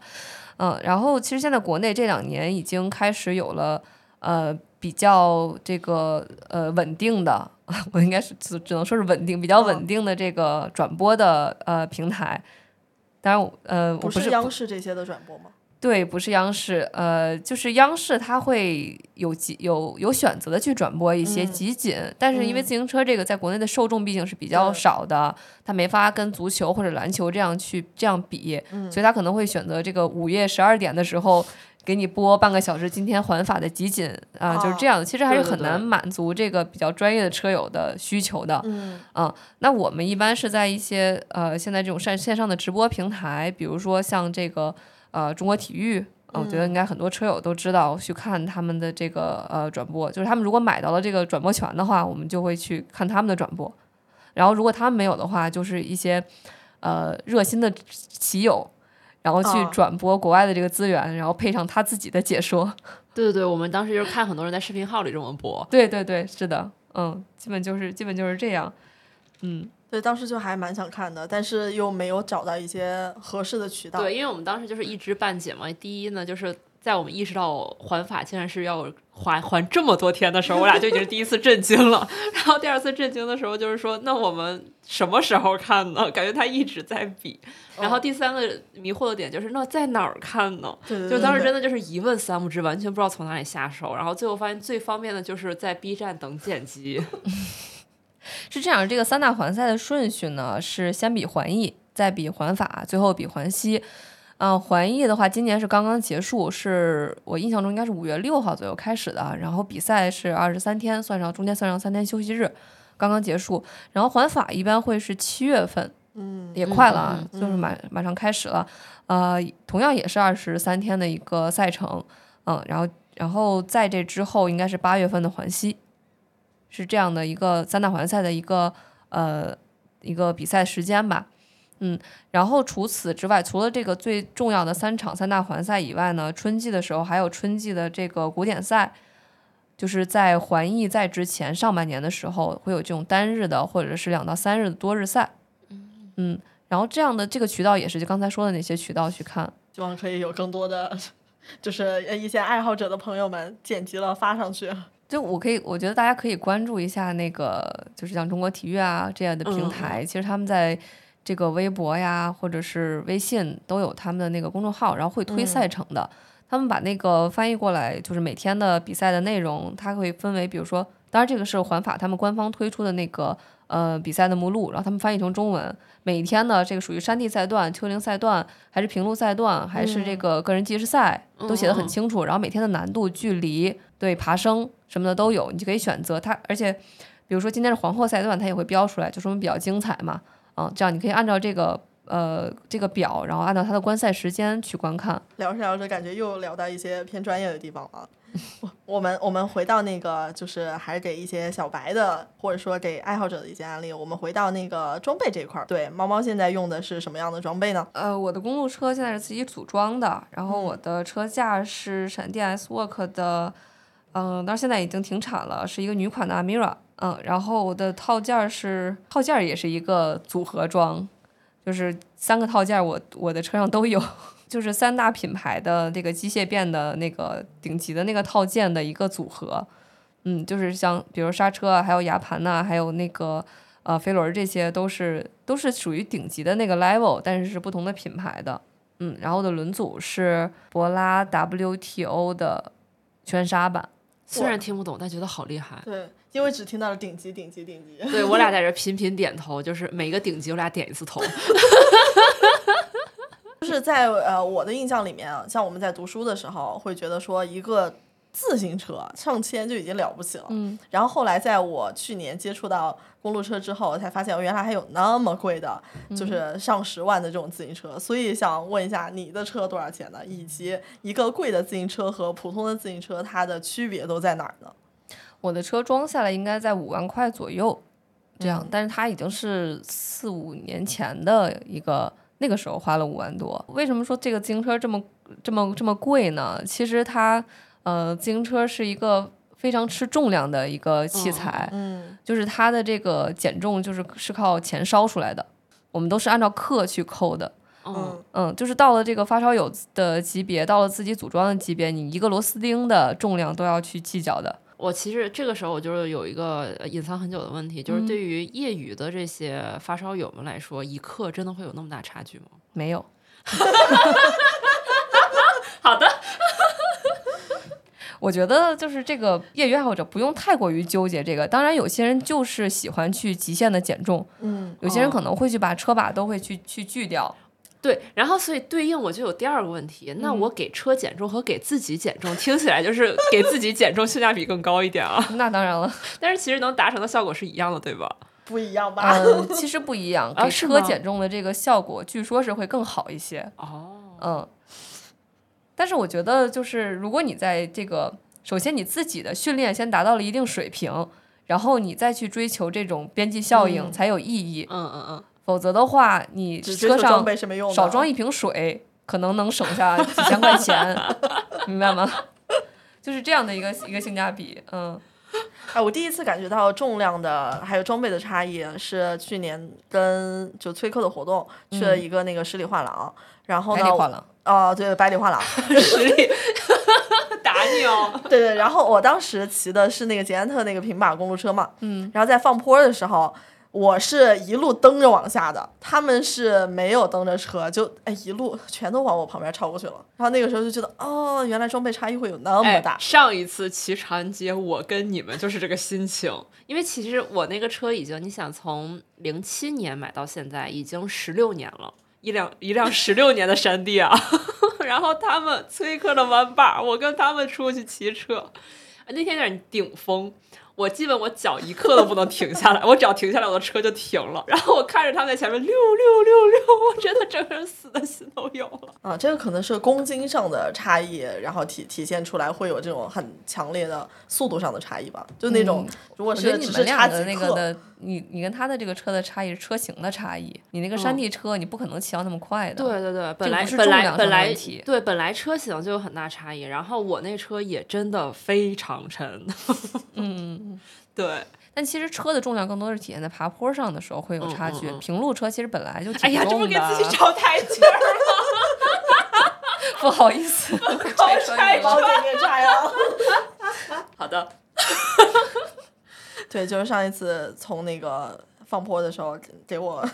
Speaker 2: 嗯，然后其实现在国内这两年已经开始有了呃比较这个呃稳定的， 我应该是只只能说是稳定，比
Speaker 1: 嗯
Speaker 2: 较稳定的这个转播的呃平台。当然我，呃，我
Speaker 1: 不
Speaker 2: 不
Speaker 1: 是
Speaker 2: 是
Speaker 1: 央视这些的转播吗？
Speaker 2: 对，不是央视，呃，就是央视它会有几有有选择的去转播一些
Speaker 1: 嗯
Speaker 2: 集锦，但是因为
Speaker 1: 嗯
Speaker 2: 自行车这个在国内的受众毕竟是比较
Speaker 1: 对
Speaker 2: 少的，它没法跟足球或者篮球这样去这样比，
Speaker 1: 嗯
Speaker 2: 所以它可能会选择这个午夜十二点的时候。给你播半个小时今天环法的集锦啊、就是这样的，其实还是
Speaker 3: 对对
Speaker 2: 很
Speaker 3: 对
Speaker 2: 难满足这个比较专业的车友的需求的。
Speaker 1: 嗯，
Speaker 2: 嗯，那我们一般是在一些呃现在这种线线上的直播平台，比如说像这个呃中国体育。啊我觉得应该很多车友都知道去看他们的这个呃转播，就是他们如果买到了这个转播权的话，我们就会去看他们的转播。然后如果他们没有的话，就是一些呃热心的骑友，然后去
Speaker 1: 哦
Speaker 2: 转播国外的这个资源，然后配上他自己的解说。
Speaker 3: 对对对，我们当时就是看很多人在视频号里这么播。
Speaker 2: 对对对，是的，嗯，基本就是基本就是这样，嗯。
Speaker 1: 对，当时就还蛮想看的，但是又没有找到一些合适的渠道。
Speaker 3: 对，因为我们当时就是一知半解嘛。第一呢，就是在我们意识到环法竟然是要环环这么多天的时候，我俩就已经是第一次震惊了。 然后第二次震惊的时候，就是说，那我们什么时候看呢？感觉他一直在比。然后第三个迷惑的点就是，那在哪儿看呢？
Speaker 1: 对对对
Speaker 3: 就当时
Speaker 1: 对
Speaker 3: 真的就是一问三不知，完全不知道从哪里下手。然后最后发现最方便的就是在 B 站等剪辑。
Speaker 2: 是这样，这个三大环赛的顺序呢是先比环意，再比环法，最后比环西。嗯、环意的话，今年是刚刚结束，是我印象中应该是五月六号左右开始的，啊然后比赛是二十三天，算上中间算上三天休息日，刚刚结束。然后环法一般会是七月份，嗯，也快了啊，就是马马上开始了。呃，同样也是二十三天的一个赛程，嗯，然后然后在这之后应该是八月份的环西，是这样的一个三大环赛的一个呃一个比赛时间吧。嗯，然后除此之外，除了这个最重要的三场三大环赛以外呢，春季的时候还有春季的这个古典赛，就是在环意在之前上半年的时候会有这种单日的或者是两到三日的多日赛。嗯，然后这样的这个渠道也是就刚才说的那些渠道去看。
Speaker 1: 希望可以有更多的，就是呃一些爱好者的朋友们剪辑了发上去。
Speaker 2: 就我可以，我觉得大家可以关注一下那个，就是像中国体育啊这样的平台，其实他们在这个微博呀，或者是微信都有他们的那个公众号，然后会推赛程的。他们把那个翻译过来，就是每天的比赛的内容，它会分为，比如说，当然这个是环法他们官方推出的那个呃比赛的目录，然后他们翻译成中文。每天呢，这个属于山地赛段、丘陵赛段，还是平路赛段，还是这个个人计时赛，都写的
Speaker 3: 嗯
Speaker 2: 很清楚。然后每天的难度、距离、对爬升什么的都有，你就可以选择它。而且，比如说今天是皇后赛段，它也会标出来，就说明比较精彩嘛。嗯，这样你可以按照这个呃这个表，然后按照它的观赛时间去观看。
Speaker 1: 聊着聊着，感觉又聊到一些偏专业的地方 了。我我们我们回到那个，就是还是给一些小白的，或者说给爱好者的一些案例。我们回到那个装备这一块儿，对猫猫现在用的是什么样的装备呢？
Speaker 2: 呃，我的公路车现在是自己组装的，然后我的车架是闪电 S Work 的，嗯、但是现在已经停产了，是一个女款的 Amira，嗯，然后我的套件儿是套件儿也是一个组合装，就是三个套件儿我我的车上都有， 就是三大品牌的这个机械变的那个顶级的那个套件的一个组合，嗯，就是像比如刹车啊，还有牙盘呐、还有那个。呃，飞轮儿这些都是都是属于顶级的那个 level，但是是不同的品牌的。嗯，然后我的轮组是博拉 WTO 的圈刹版，
Speaker 3: 虽然听不懂，但觉得好厉害。
Speaker 1: 对，因为只听到了顶级、顶级、顶 级。
Speaker 3: 对我俩在这频频点头，就是每个顶级我俩点一次头。
Speaker 1: 就是在呃我的印象里面啊，像我们在读书的时候，会觉得说一个自行车啊上千就已经了不起了。嗯。然后后来在我去年接触到公路车之后，才发现原来还有那么贵的，就是上十万的这种自行车。所以想问一下，你的车多少钱呢？以及一个贵的自行车和普通的自行车，它的区别都在哪儿呢？
Speaker 2: 我的车装下来应该在五万块左右，这样，但是它已经是四五年前的一个，那个时候花了五万多。为什么说这个自行车这么这么这么贵呢？其实它，呃，自行车是一个非常吃重量的一个器材，
Speaker 1: 嗯，
Speaker 2: 就是它的这个减重就是是靠钱烧出来的，我们都是按照克去扣的。
Speaker 3: 嗯，
Speaker 2: 嗯，就是到了这个发烧友的级别，到了自己组装的级别，你一个螺丝钉的重量都要去计较的。
Speaker 3: 我其实这个时候我就是有一个呃隐藏很久的问题，就是对于业余的这些发烧友们来说，一克真的会有那么大差距吗？
Speaker 2: 没有，
Speaker 3: 好的，
Speaker 2: 我觉得就是这个业余爱好者不用太过于纠结这个。当然，有些人就是喜欢去极限的减重，
Speaker 1: 嗯，
Speaker 2: 有些
Speaker 3: 哦
Speaker 2: 人可能会去把车把都会去去锯掉。
Speaker 3: 对，然后所以对应我就有第二个问题，那我给车减重和给自己减重，听起来就是给自己减重性价比更高一点啊，
Speaker 2: 那当然了，
Speaker 3: 但是其实能达成的效果是一样的，对吧？
Speaker 1: 不一样吧？
Speaker 2: 嗯，其实不一样，
Speaker 3: 啊
Speaker 2: 给
Speaker 3: 是
Speaker 2: 车
Speaker 3: 吗
Speaker 2: 减重的这个效果，据说是会更好一些。
Speaker 3: 哦，
Speaker 2: 嗯，但是我觉得就是如果你在这个，首先你自己的训练先达到了一定水平，然后你再去追求这种边际效应才有意义，
Speaker 3: 嗯嗯嗯，
Speaker 2: 否则的话，你
Speaker 1: 只
Speaker 2: 车
Speaker 1: 接触装
Speaker 2: 上
Speaker 1: 备是没用的，
Speaker 2: 少装一瓶水，可能能省下几千块钱， 明白吗？就是这样的一个一个性价比，嗯，
Speaker 1: 哎，我第一次感觉到重量的还有装备的差异是去年跟就崔克的活动去了一个那个十里画廊，然后
Speaker 2: 海
Speaker 1: 呢
Speaker 2: 底，画廊，
Speaker 1: 啊、对，百里画廊，
Speaker 3: 实力打你哦！
Speaker 1: 对对。然后我当时骑的是那个捷安特那个平把公路车嘛，嗯，然后在放坡的时候，我是一路蹬着往下的，他们是没有蹬着车，就哎一路全都往我旁边超过去了。然后那个时候就觉得，哦，原来装备差异会有那么
Speaker 3: 哎
Speaker 1: 大，，
Speaker 3: 上一次骑长安街，我跟你们就是这个心情，因为其实我那个车已经，你想从零七年买到现在，已经十六年了，一辆一辆十六年的山地啊。 然后他们崔克的玩把，我跟他们出去骑车，那天有点顶风。我基本我脚一刻都不能停下来，我只要停下来，我的车就停了。然后我看着他们在前面溜溜溜溜，我真的整个人死的心都有了。
Speaker 1: 啊，这个可能是公斤上的差异，然后体体现出来会有这种很强烈的速度上的差异吧。就那种，如果
Speaker 2: 嗯我觉
Speaker 1: 是
Speaker 2: 得你
Speaker 1: 只
Speaker 2: 们
Speaker 1: 是
Speaker 2: 俩
Speaker 1: 差
Speaker 2: 的
Speaker 1: 几
Speaker 2: 那
Speaker 1: 克，
Speaker 2: 个的，你你跟他的这个车的差异是车型的差异。你那个山地车，你不可能骑到那么快
Speaker 3: 嗯
Speaker 2: 的。，
Speaker 3: 对对对，本
Speaker 2: 个
Speaker 3: 来
Speaker 2: 不是
Speaker 3: 本
Speaker 2: 重
Speaker 3: 来
Speaker 2: 量上
Speaker 3: 本
Speaker 2: 的
Speaker 3: 来
Speaker 2: 问题
Speaker 3: 对本来车型就有很大差异，然后我那车也真的非常沉。
Speaker 2: 嗯。
Speaker 3: 对，
Speaker 2: 但其实车的重量更多是体现在爬坡上的时候会有
Speaker 3: 嗯
Speaker 2: 差距。
Speaker 3: 嗯嗯
Speaker 2: 平路车其实本来就挺
Speaker 3: 哎呀，这
Speaker 2: 重
Speaker 3: 不是给
Speaker 2: 的
Speaker 3: 自 己找台阶儿吗？
Speaker 2: 不好意思，
Speaker 3: 搞
Speaker 2: 拆穿
Speaker 3: 拆
Speaker 2: 你
Speaker 1: 猫
Speaker 2: 了
Speaker 1: 姐别这样。
Speaker 3: 好的，
Speaker 1: 对，就是上一次从那个放坡的时候，给我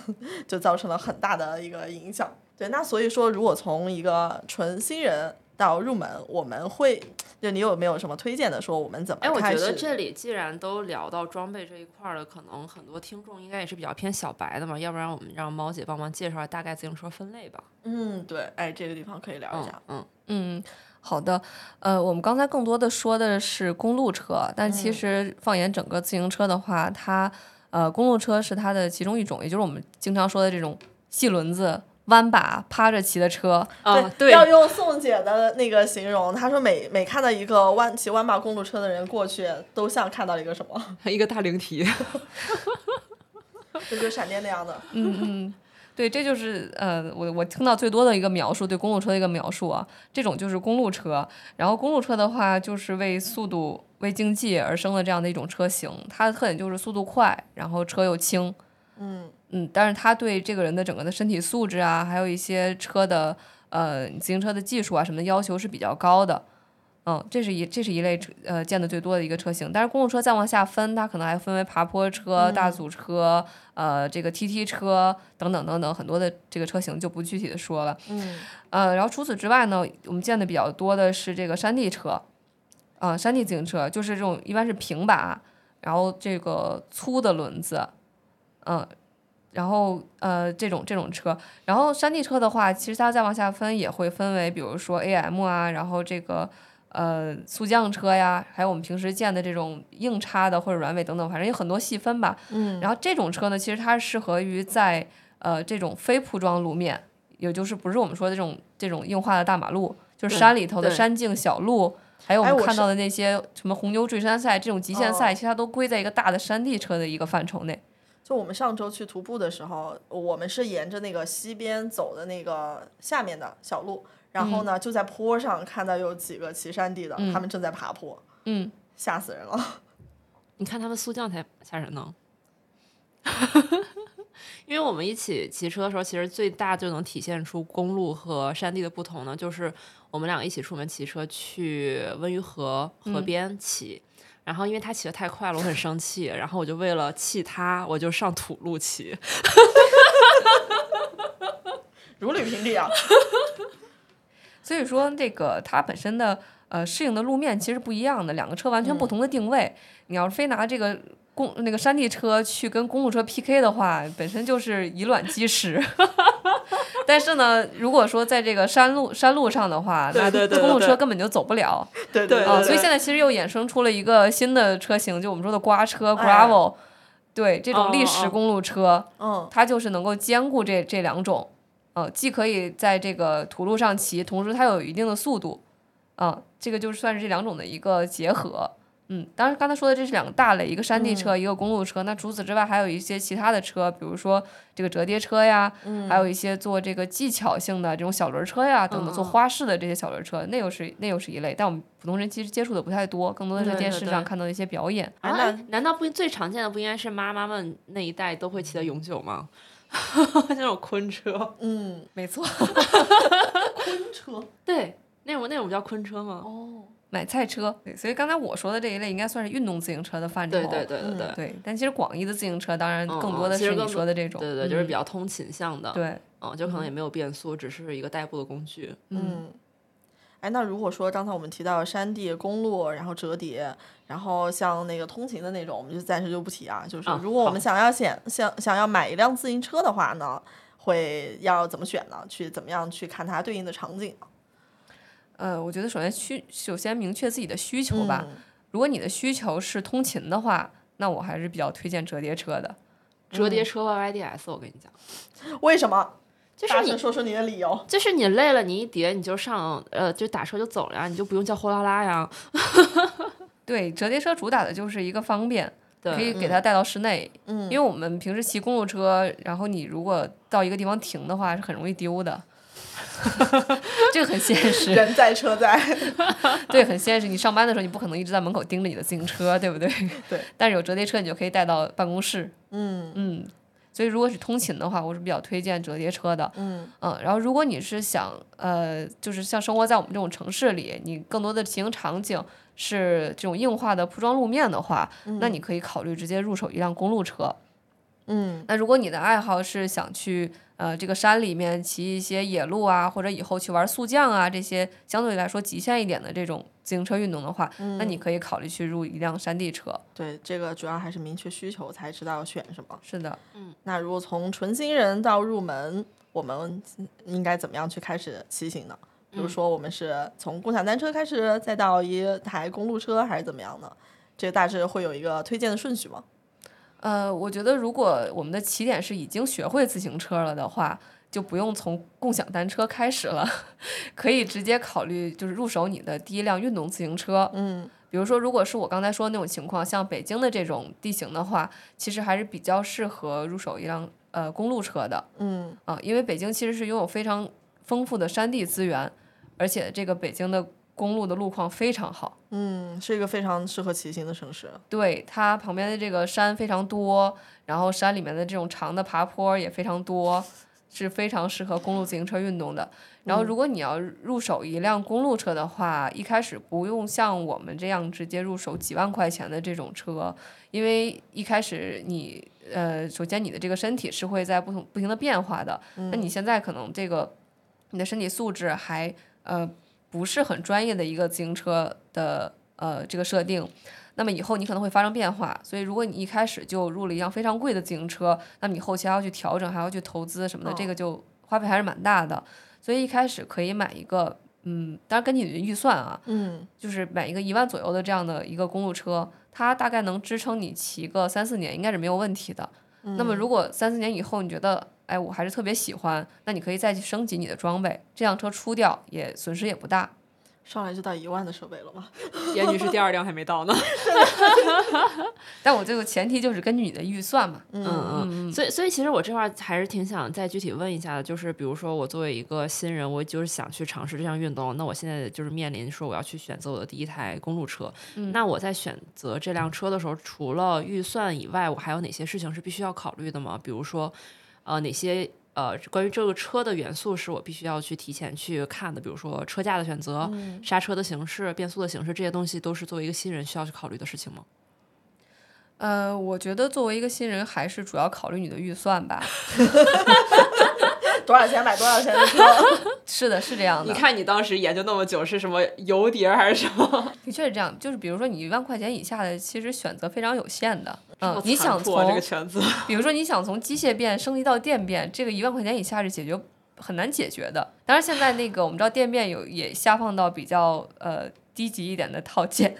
Speaker 1: 就造成了很大的一个影响。对，那所以说，如果从一个纯新人到入门，我们会就你有没有什么推荐的？说我们怎
Speaker 3: 哎，
Speaker 1: 么
Speaker 3: 我
Speaker 1: 开
Speaker 3: 觉
Speaker 1: 始？
Speaker 3: 得这里既然都聊到装备这一块儿了，可能很多听众应该也是比较偏小白的嘛，要不然我们让猫姐帮忙介绍大概自行车分类吧。
Speaker 1: 嗯，对，哎，这个地方可以聊一
Speaker 3: 嗯
Speaker 1: 下。
Speaker 3: 嗯，
Speaker 2: 嗯，好的。呃，我们刚才更多的说的是公路车，但
Speaker 3: 嗯
Speaker 2: 其实放眼整个自行车的话，它呃，公路车是它的其中一种，也就是我们经常说的这种细轮子、弯把、趴着骑的车。
Speaker 3: 啊，对，
Speaker 1: 要用宋姐的那个形容，她说每每看到一个弯骑弯把公路车的人过去，都像看到一个什么，
Speaker 3: 一个大灵体。
Speaker 1: 就跟闪电那样的。
Speaker 2: 嗯嗯，对，这就是呃，我我听到最多的一个描述，对公路车的一个描述啊。这种就是公路车，然后公路车的话，就是为速度、为经济而生的这样的一种车型。它的特点就是速度快，然后车又轻。
Speaker 1: 嗯，
Speaker 2: 嗯，但是它对这个人的整个的身体素质啊，还有一些车的呃自行车的技术啊什么的要求是比较高的。嗯，这是一这是一类车呃见的最多的一个车型，但是公路车再往下分，它可能还分为爬坡车、大组车、呃这个 TT 车等等等等很多的这个车型就不具体的说了。
Speaker 1: 嗯，
Speaker 2: 呃，然后除此之外呢，我们见的比较多的是这个山地车，啊、山地自行车就是这种一般是平把，然后这个粗的轮子，嗯、然后呃这种这种车，然后山地车的话，其实它再往下分也会分为，比如说 AM 啊，然后这个呃速降车呀，还有我们平时见的这种硬叉的或者软尾等等，反正有很多细分吧。嗯，然后这种车呢，其实它是适合于在呃这种非铺装路面，也就是不是我们说的这种这种硬化的大马路，就是
Speaker 3: 对
Speaker 2: 山里头的
Speaker 3: 对
Speaker 2: 山径小路。还有我
Speaker 1: 哎
Speaker 2: 们
Speaker 1: 我
Speaker 2: 看
Speaker 1: 是
Speaker 2: 到的那些什么红牛追山赛这种极限赛，
Speaker 1: 哦
Speaker 2: 其实它都归在一个大的山地车的一个范畴内。
Speaker 1: 就我们上周去徒步的时候，我们是沿着那个西边走的那个下面的小路，然后呢，就在坡上看到有几个骑山地的，他们正在爬坡，
Speaker 2: 嗯，
Speaker 1: 吓死人了。
Speaker 3: 你看他们速降才吓人呢。 因为我们一起骑车的时候，其实最大就能体现出公路和山地的不同呢，就是我们两个一起出门骑车去温榆河河边骑，然后因为他骑得太快了，我很生气，然后我就为了气他，我就上土路骑，
Speaker 1: 如履平地 啊！
Speaker 2: 所以说，这个它本身的呃适应的路面其实不一样的，两个车完全不同的定位。你要是非拿这个公那个山地车去跟公路车 PK 的话，本身就是以卵击石。 但是呢，如果说在这个山路山路上的话，那
Speaker 3: 对对对对
Speaker 2: 公路车
Speaker 3: 对
Speaker 2: 根本就走不了
Speaker 1: 对哦
Speaker 3: 对
Speaker 2: 啊、
Speaker 1: 对，
Speaker 2: 所以现在其实又衍生出了一个新的车型，就我们说的刮车
Speaker 1: 哎
Speaker 2: gravel，、对这
Speaker 3: 哦
Speaker 2: 种砾
Speaker 3: 哦
Speaker 2: 石
Speaker 3: 哦
Speaker 2: 公路车。
Speaker 1: 嗯，
Speaker 2: 它就是能够兼顾这这两种，呃，既可以在这个土路上骑，同时它有一定的速度，啊、这个就算是这两种的一个结合。嗯，当然刚才说的这是两个大类，一个山地
Speaker 3: 嗯
Speaker 2: 车，一个公路车。那除此之外，还有一些其他的车，比如说这个折叠车呀，
Speaker 3: 嗯
Speaker 2: 还有一些做这个技巧性的这种小轮车呀等
Speaker 3: 嗯
Speaker 2: 等，
Speaker 3: 嗯
Speaker 2: 做花式的这些小轮车，那又是那又是一类。但我们普通人其实接触的不太多，更多的
Speaker 3: 对
Speaker 2: 是电
Speaker 3: 对
Speaker 2: 视
Speaker 3: 对
Speaker 2: 上看到的一些表演。
Speaker 1: 哎那
Speaker 3: 啊难道不最常见的不应该是妈妈们那一代都会骑的永久吗？ 那种昆车，
Speaker 1: 嗯，
Speaker 2: 没错。
Speaker 1: 昆车
Speaker 3: 对，那种那种叫昆车吗？
Speaker 1: 哦，
Speaker 2: 买菜车，对，所以刚才我说的这一类应该算是运动自行车的范畴。
Speaker 3: 对对对对对。
Speaker 2: 对但其实广义的自行车当然
Speaker 3: 嗯
Speaker 2: 更
Speaker 3: 嗯
Speaker 2: 多的
Speaker 3: 其
Speaker 2: 是
Speaker 3: 实
Speaker 2: 你
Speaker 3: 更
Speaker 2: 说的这种，
Speaker 3: 对对，就是
Speaker 2: 嗯
Speaker 3: 比较通勤向的，
Speaker 2: 对，
Speaker 3: 嗯，就可能也没有变速，只是一个代步的工具。
Speaker 1: 嗯，哎，那如果说刚才我们提到山地、公路，然后折叠，然后像那个通勤的那种，我们就暂时就不提啊。就是
Speaker 3: 啊
Speaker 1: 如果我们
Speaker 3: 好
Speaker 1: 想要选、想想要买一辆自行车的话呢，会要怎么选呢？去怎么样去看它对应的场景？
Speaker 2: 呃，我觉得首先需首先明确自己的需求吧。
Speaker 1: 嗯
Speaker 2: 如果你的需求是通勤的话，那我还是比较推荐折叠车的。
Speaker 3: 折叠车 YYDS，我跟你讲，
Speaker 1: 为什么？
Speaker 3: 就是
Speaker 1: 大
Speaker 3: 你
Speaker 1: 声说出你的理 由。
Speaker 3: 就是你累了，你一叠你就上，呃，就打车就走了呀，你就不用叫货拉拉呀。
Speaker 2: 对，折叠车主打的就是一个方便，
Speaker 3: 对，
Speaker 2: 可以给它带到室内，
Speaker 1: 嗯
Speaker 2: 因为我们平时骑公路车，然后你如果到一个地方停的话，是很容易 丢的。 这个很现实，
Speaker 1: 人在车在，
Speaker 2: 对，很现实。你上班的时候，你不可能一直在门口盯着你的自行车，对不对？
Speaker 1: 对。
Speaker 2: 但是有折叠车，你就可以带到办公室。
Speaker 1: 嗯
Speaker 2: 嗯，所以如果是通勤的话，我是比较推荐折叠车的。
Speaker 1: 嗯
Speaker 2: 嗯，然后如果你是想呃，就是像生活在我们这种城市里，你更多的骑行场景是这种硬化的铺装路面的话，那你可以考虑直接入手一辆公路车。
Speaker 1: 嗯
Speaker 2: 那如果你的爱好是想去呃这个山里面骑一些野路啊，或者以后去玩速降啊这些相对来说极限一点的这种自行车运动的话，那你可以考虑去入一辆山地车。
Speaker 1: 对，这个主要还是明确需求才知道选什么。
Speaker 2: 是的，
Speaker 1: 那如果从纯新人到入门，我们应该怎么样去开始骑行呢？比如说，我们是从共享单车开始，再到一台公路车，还是怎么样呢？这个大致会有一个推荐的顺序吗？
Speaker 2: 呃，我觉得如果我们的起点是已经学会自行车了的话，就不用从共享单车开始了， 可以直接考虑就是入手你的第一辆运动自行车。
Speaker 1: 嗯
Speaker 2: 比如说，如果是我刚才说的那种情况，像北京的这种地形的话，其实还是比较适合入手一辆呃公路车的
Speaker 1: 嗯
Speaker 2: 啊、因为北京其实是拥有非常丰富的山地资源，而且这个北京的公路的路况非常好。
Speaker 1: 嗯，是一个非常适合骑行的城市。
Speaker 2: 对，它旁边的这个山非常多，然后山里面的这种长的爬坡也非常多，是非常适合公路自行车运动的。然后，如果你要入手一辆公路车的话，一开始不用像我们这样直接入手几万块钱的这种车，因为一开始你呃，首先你的这个身体是会在不同不停的变化的。那你现在可能这个你的身体素质还呃不是很专业的一个自行车的呃这个设定，那么以后你可能会发生变化，所以如果你一开始就入了一辆非常贵的自行车，那么你后期还要去调整，还要去投资什么的，
Speaker 1: 哦
Speaker 2: 这个就花费还是蛮大的。所以一开始可以买一个，嗯，当然根据你的预算啊，
Speaker 1: 嗯
Speaker 2: 就是买一个一万左右的这样的一个公路车，它大概能支撑你骑个三四年，应该是没有问题的。那么如果三四年以后你觉得，哎，我还是特别喜欢，那你可以再去升级你的装备，这辆车出掉也损失也不大。
Speaker 1: 上来就到一万的设备了吗？
Speaker 3: 严女士第二辆还没到呢。
Speaker 2: 但我这个前提就是根据你的预算嘛，
Speaker 3: 嗯嗯，所以所以其实我这块儿还是挺想再具体问一下的，就是比如说我作为一个新人，我就是想去尝试这项运动，那我现在就是面临说我要去选择我的第一台公路车，那我在选择这辆车的时候，除了预算以外，我还有哪些事情是必须要考虑的吗？比如说，呃，哪些呃关于这个车的元素是我必须要去提前去看的，比如说车架的选择、刹车的形式、变速的形式，这些东西都是作为一个新人需要去考虑的事情吗？
Speaker 2: 呃，我觉得作为一个新人，还是主要考虑你的预算吧。
Speaker 1: 多少钱买多少钱的 车？
Speaker 2: 是的，是这样的，
Speaker 3: 看你当时研究那么久是什么油碟还是什么？
Speaker 2: 的确是这样。就是比如说你一万块钱以下的，其实选择非常有限的。嗯、
Speaker 3: 好
Speaker 2: 你
Speaker 3: 残
Speaker 2: 想
Speaker 3: 酷啊
Speaker 2: 从，
Speaker 3: 圈子，
Speaker 2: 比如说你想从机械变升级到电变，这个一万块钱以下是解决很难解决的。当然，现在那个我们知道电变有也下放到比较呃低级一点的套件，低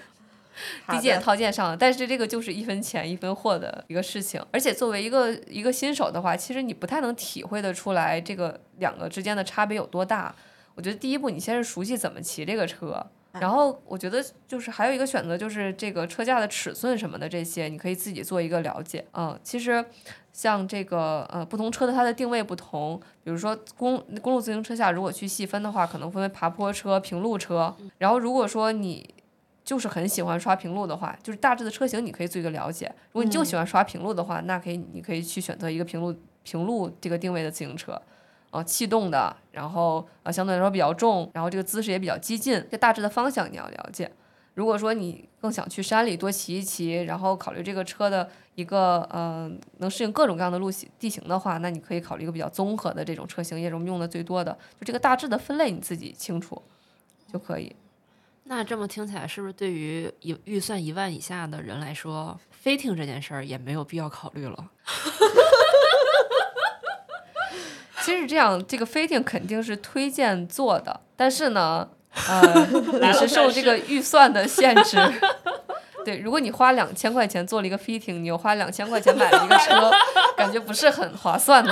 Speaker 1: 好
Speaker 2: 级点
Speaker 1: 的
Speaker 2: 套件上了，但是这个就是一分钱一分货的一个事情。而且作为一个一个新手的话，其实你不太能体会得出来这个两个之间的差别有多大。我觉得第一步，你先是熟悉怎么骑这个车，
Speaker 1: 嗯
Speaker 2: 然后我觉得就是还有一个选择就是这个车架的尺寸什么的这些，你可以自己做一个了解。嗯，其实像这个呃不同车的它的定位不同，比如说公公路自行车下如果去细分的话，可能分为爬坡车、平路车。
Speaker 1: 嗯
Speaker 2: 然后如果说你就是很喜欢刷平路的话，就是大致的车型你可以做一个了解。如果你就喜欢刷平路的话，那可以你可以去选择一个平路平路这个定位的自行车，啊，气动的，然后啊相对来说比较重，然后这个姿势也比较激进，这大致的方向你要了解。如果说你更想去山里多骑一骑，然后考虑这个车的一个呃能适应各种各样的路形地形的话，那你可以考虑一个比较综合的这种车型，也是我们用的最多的。就这个大致的分类你自己清楚就可以。
Speaker 3: 那这么听起来，是不是对于一预算一万以下的人来说，飞艇这件事儿也没有必要考虑了？
Speaker 2: 其实这样，这个飞艇肯定是推荐做的，但是呢，呃，你是受这个预算的限制。 对，如果你花两千块钱做了一个飞艇，你又花两千块钱买了一个车， 感觉不是很划算呢。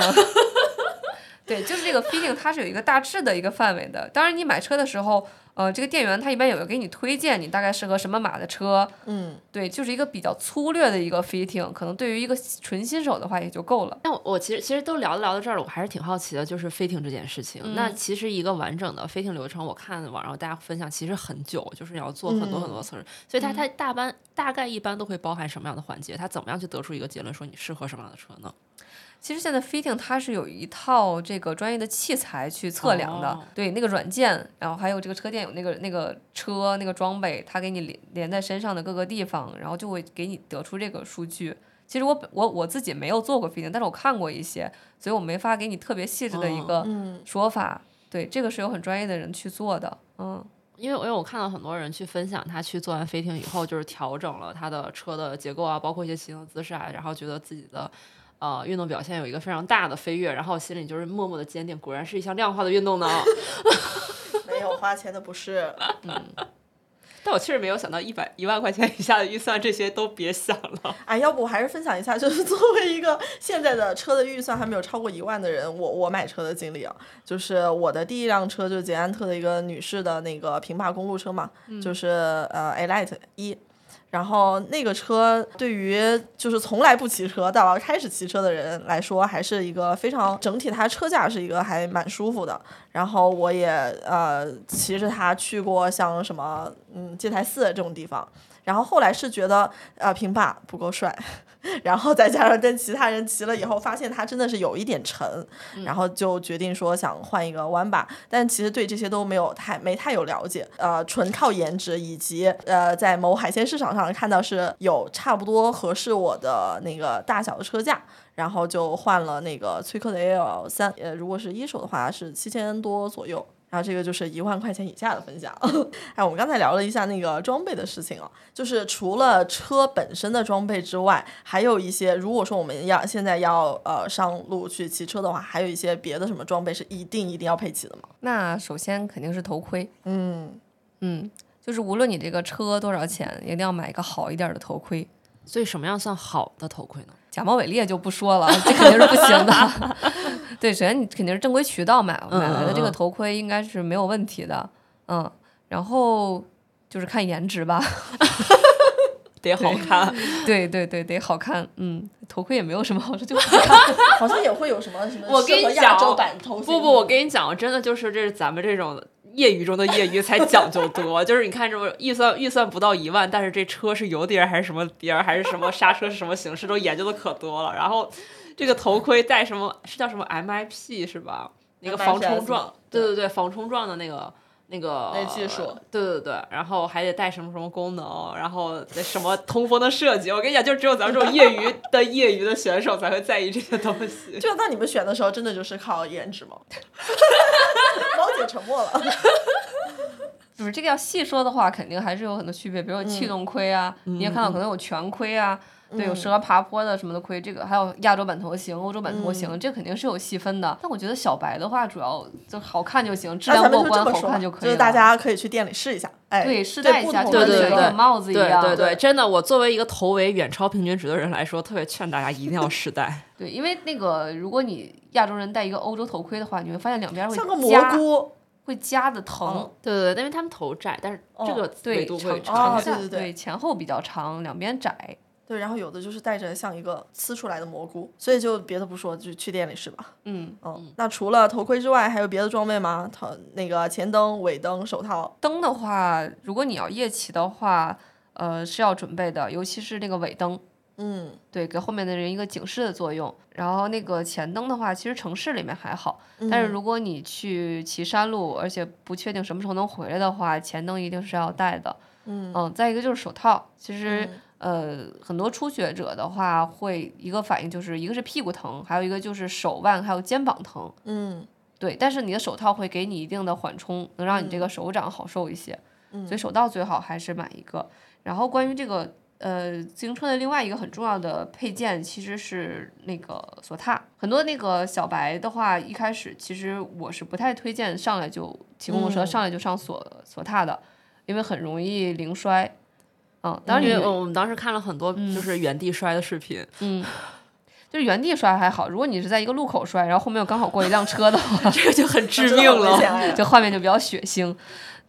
Speaker 2: 对，就是这个 fitting，它是有一个大致的一个范围的。当然，你买车的时候，呃，这个店员他一般也会给你推荐你大概适合什么码的车。
Speaker 1: 嗯，
Speaker 2: 对，就是一个比较粗略的一个 fitting，可能对于一个纯新手的话也就够了。
Speaker 3: 那我我其实其实都聊聊到这儿了，我还是挺好奇的，就是飞艇这件事情。那
Speaker 2: 嗯
Speaker 3: 其实一个完整的飞艇流程，我看网上大家分享其实很久，就是你要做很
Speaker 1: 嗯
Speaker 3: 多很多测试，所以它它大般大概一般都会包含什么样的环节？它怎么样去得出一个结论，说你适合什么样的车呢？
Speaker 2: 其实现在 fitting 它是有一套这个专业的器材去测量的，
Speaker 3: 哦
Speaker 2: 对那个软件，然后还有这个车店有那个那个车那个装备，它给你连连在身上的各个地方，然后就会给你得出这个数据。其实我本我我自己没有做过 fitting，但是我看过一些，所以我没法给你特别细致的一个
Speaker 1: 嗯
Speaker 2: 说法。对，这个是有很专业的人去做的，嗯。
Speaker 3: 因为因为我看到很多人去分享，他去做完飞艇以后，就是调整了他的车的结构啊，包括一些骑行姿势啊，然后觉得自己的呃运动表现有一个非常大的飞跃，然后心里就是默默的坚定，果然是一项量化的运动呢。
Speaker 1: 没有花钱的不是，
Speaker 2: 嗯
Speaker 3: 但我确实没有想到一百一万块钱以下的预算，这些都别想了。
Speaker 1: 哎，要不我还是分享一下，就是作为一个现在的车的预算还没有超过一万的人，我我买车的经历啊，就是我的第一辆车就是捷安特的一个女士的那个平坝公路车嘛，就是呃 Elite 一。然后那个车对于就是从来不骑车到开始骑车的人来说，还是一个非常整体它车架是一个还蛮舒服的。然后我也呃骑着它去过像什么嗯戒台寺这种地方，然后后来是觉得呃平坝不够帅， 然后再加上跟其他人骑了以后，发现它真的是有一点沉，然后就决定说想换一个弯把，但其实对这些都没有太没太有了解，呃，纯靠颜值以及呃在某海鲜市场上看到是有差不多合适我的那个大小的车架。然后就换了那个崔克的 AL 三，呃，如果是一手的话是七千多左右，然后这个就是一万块钱以下的分享。 哎，我们刚才聊了一下那个装备的事情啊，就是除了车本身的装备之外，还有一些，如果说我们要现在要呃上路去骑车的话，还有一些别的什么装备是一定一定要配齐的吗？
Speaker 2: 那首先肯定是头盔，
Speaker 1: 嗯，
Speaker 2: 嗯，就是无论你这个车多少钱，一定要买一个好一点的头盔。
Speaker 3: 所以什么样算好的头盔呢？
Speaker 2: 假冒伪劣就不说了，这肯定是不行的。 对，首先你肯定是正规渠道买
Speaker 1: 嗯
Speaker 2: 买来的这个头盔，应该是没有问题的。嗯，然后就是看颜值吧。
Speaker 3: 得好看，
Speaker 2: 对对对，得好看。嗯，头盔也没有什么好 处，就是好看。
Speaker 1: 好像也会有什么什么
Speaker 3: 我跟
Speaker 1: 适合
Speaker 3: 你
Speaker 1: 亚
Speaker 3: 讲
Speaker 1: 洲版头型
Speaker 3: 不不，我跟你讲，真的就是这是咱们这种业余中的业余才讲究多。 就是你看这么预算预算不到一万，但是这车是油碟儿还是什么碟儿，还是什么刹车是什么形式，都研究的可多了。然后这个头盔戴什么是叫什么 MIP 是吧？那个防
Speaker 1: MIPS
Speaker 3: 冲撞，对对对，防冲撞的那个。那个
Speaker 1: 那技术，
Speaker 3: 对对对，然后还得带什么什么功能，然后得什么通风的设计，我跟你讲，就只有咱们这种业余的业余的选手才会在意这些东西。
Speaker 1: 就那你们选的时候，真的就是靠颜 值吗？猫姐沉默了。
Speaker 2: 就是这个要细说的话，肯定还是有很多区别，
Speaker 1: 嗯
Speaker 2: 比如有气动盔啊，你也看到可能有全盔啊，对，
Speaker 1: 嗯
Speaker 2: 有适合爬坡的什么的盔，这个还有亚洲版头型、欧洲版头型，
Speaker 1: 嗯
Speaker 2: 这肯定是有细分的。但我觉得小白的话，主要就好看就行，质
Speaker 1: 那
Speaker 2: 量
Speaker 1: 咱
Speaker 2: 过
Speaker 1: 们就
Speaker 2: 关，
Speaker 1: 这
Speaker 2: 好
Speaker 1: 么说吧，
Speaker 2: 看就可以
Speaker 1: 就
Speaker 2: 了。
Speaker 1: 是大家可以去店里试一下，哎，
Speaker 2: 对试戴一下
Speaker 1: 不
Speaker 2: 就
Speaker 1: 同
Speaker 3: 对
Speaker 1: 的
Speaker 3: 对
Speaker 2: 跟那
Speaker 1: 那
Speaker 2: 个
Speaker 1: 个
Speaker 3: 对，
Speaker 2: 帽子一样
Speaker 3: 对对
Speaker 1: 对
Speaker 3: 对，真的，我作为一个头围远超平均值的人来说，特别劝大家一定要试戴。
Speaker 2: 对，因为那个如果你亚洲人戴一个欧洲头盔的话，你会发现两边会
Speaker 1: 像个蘑
Speaker 2: 夹，
Speaker 1: 菇，
Speaker 2: 会夹的疼。
Speaker 3: 对对对，因为他们头窄，但是这个
Speaker 2: 对，
Speaker 3: 维度会
Speaker 2: 长
Speaker 3: 长
Speaker 2: 长
Speaker 1: 哦
Speaker 3: 一些。
Speaker 1: 对
Speaker 2: 下
Speaker 1: 对对
Speaker 2: 对前后比较长，两边窄。
Speaker 1: 对，然后有的就是带着像一个呲出来的蘑菇，所以就别的不说，就去店里试吧。
Speaker 2: 嗯，
Speaker 1: 嗯，那除了头盔之外，还有别的装备吗？头那个前灯、尾灯、手套。
Speaker 2: 灯的话，如果你要夜骑的话，呃，是要准备的，尤其是那个尾灯。
Speaker 1: 嗯，
Speaker 2: 对，给后面的人一个警示的作用。然后那个前灯的话，其实城市里面还好，
Speaker 1: 嗯
Speaker 2: 但是如果你去骑山路，而且不确定什么时候能回来的话，前灯一定是要带的。
Speaker 1: 嗯
Speaker 2: 再一个就是手套，其实
Speaker 1: 嗯
Speaker 2: 呃，很多初学者的话会一个反应就是一个是屁股疼，还有一个就是手腕还有肩膀疼。
Speaker 1: 嗯
Speaker 2: 对，但是你的手套会给你一定的缓冲，能让你这个手掌好受一些。
Speaker 1: 嗯
Speaker 2: 所以手套最好还是买一个。然后关于这个呃自行车的另外一个很重要的配件其实是那个锁踏。很多那个小白的话，一开始其实我是不太推荐上来就骑公共车
Speaker 1: 嗯
Speaker 2: 上来就上锁锁踏的，因为很容易零摔。嗯，
Speaker 3: 当
Speaker 2: 当然你
Speaker 3: 时我们当时看了很多就是原地摔的视频，
Speaker 2: 嗯，就是原地摔还好，如果你是在一个路口摔，然后后面又刚好过一辆车的话，
Speaker 3: 这个 就很
Speaker 1: 真
Speaker 3: 致
Speaker 1: 的
Speaker 3: 命
Speaker 1: 好危
Speaker 3: 了。
Speaker 1: 险哎
Speaker 2: 这画面就比较血腥。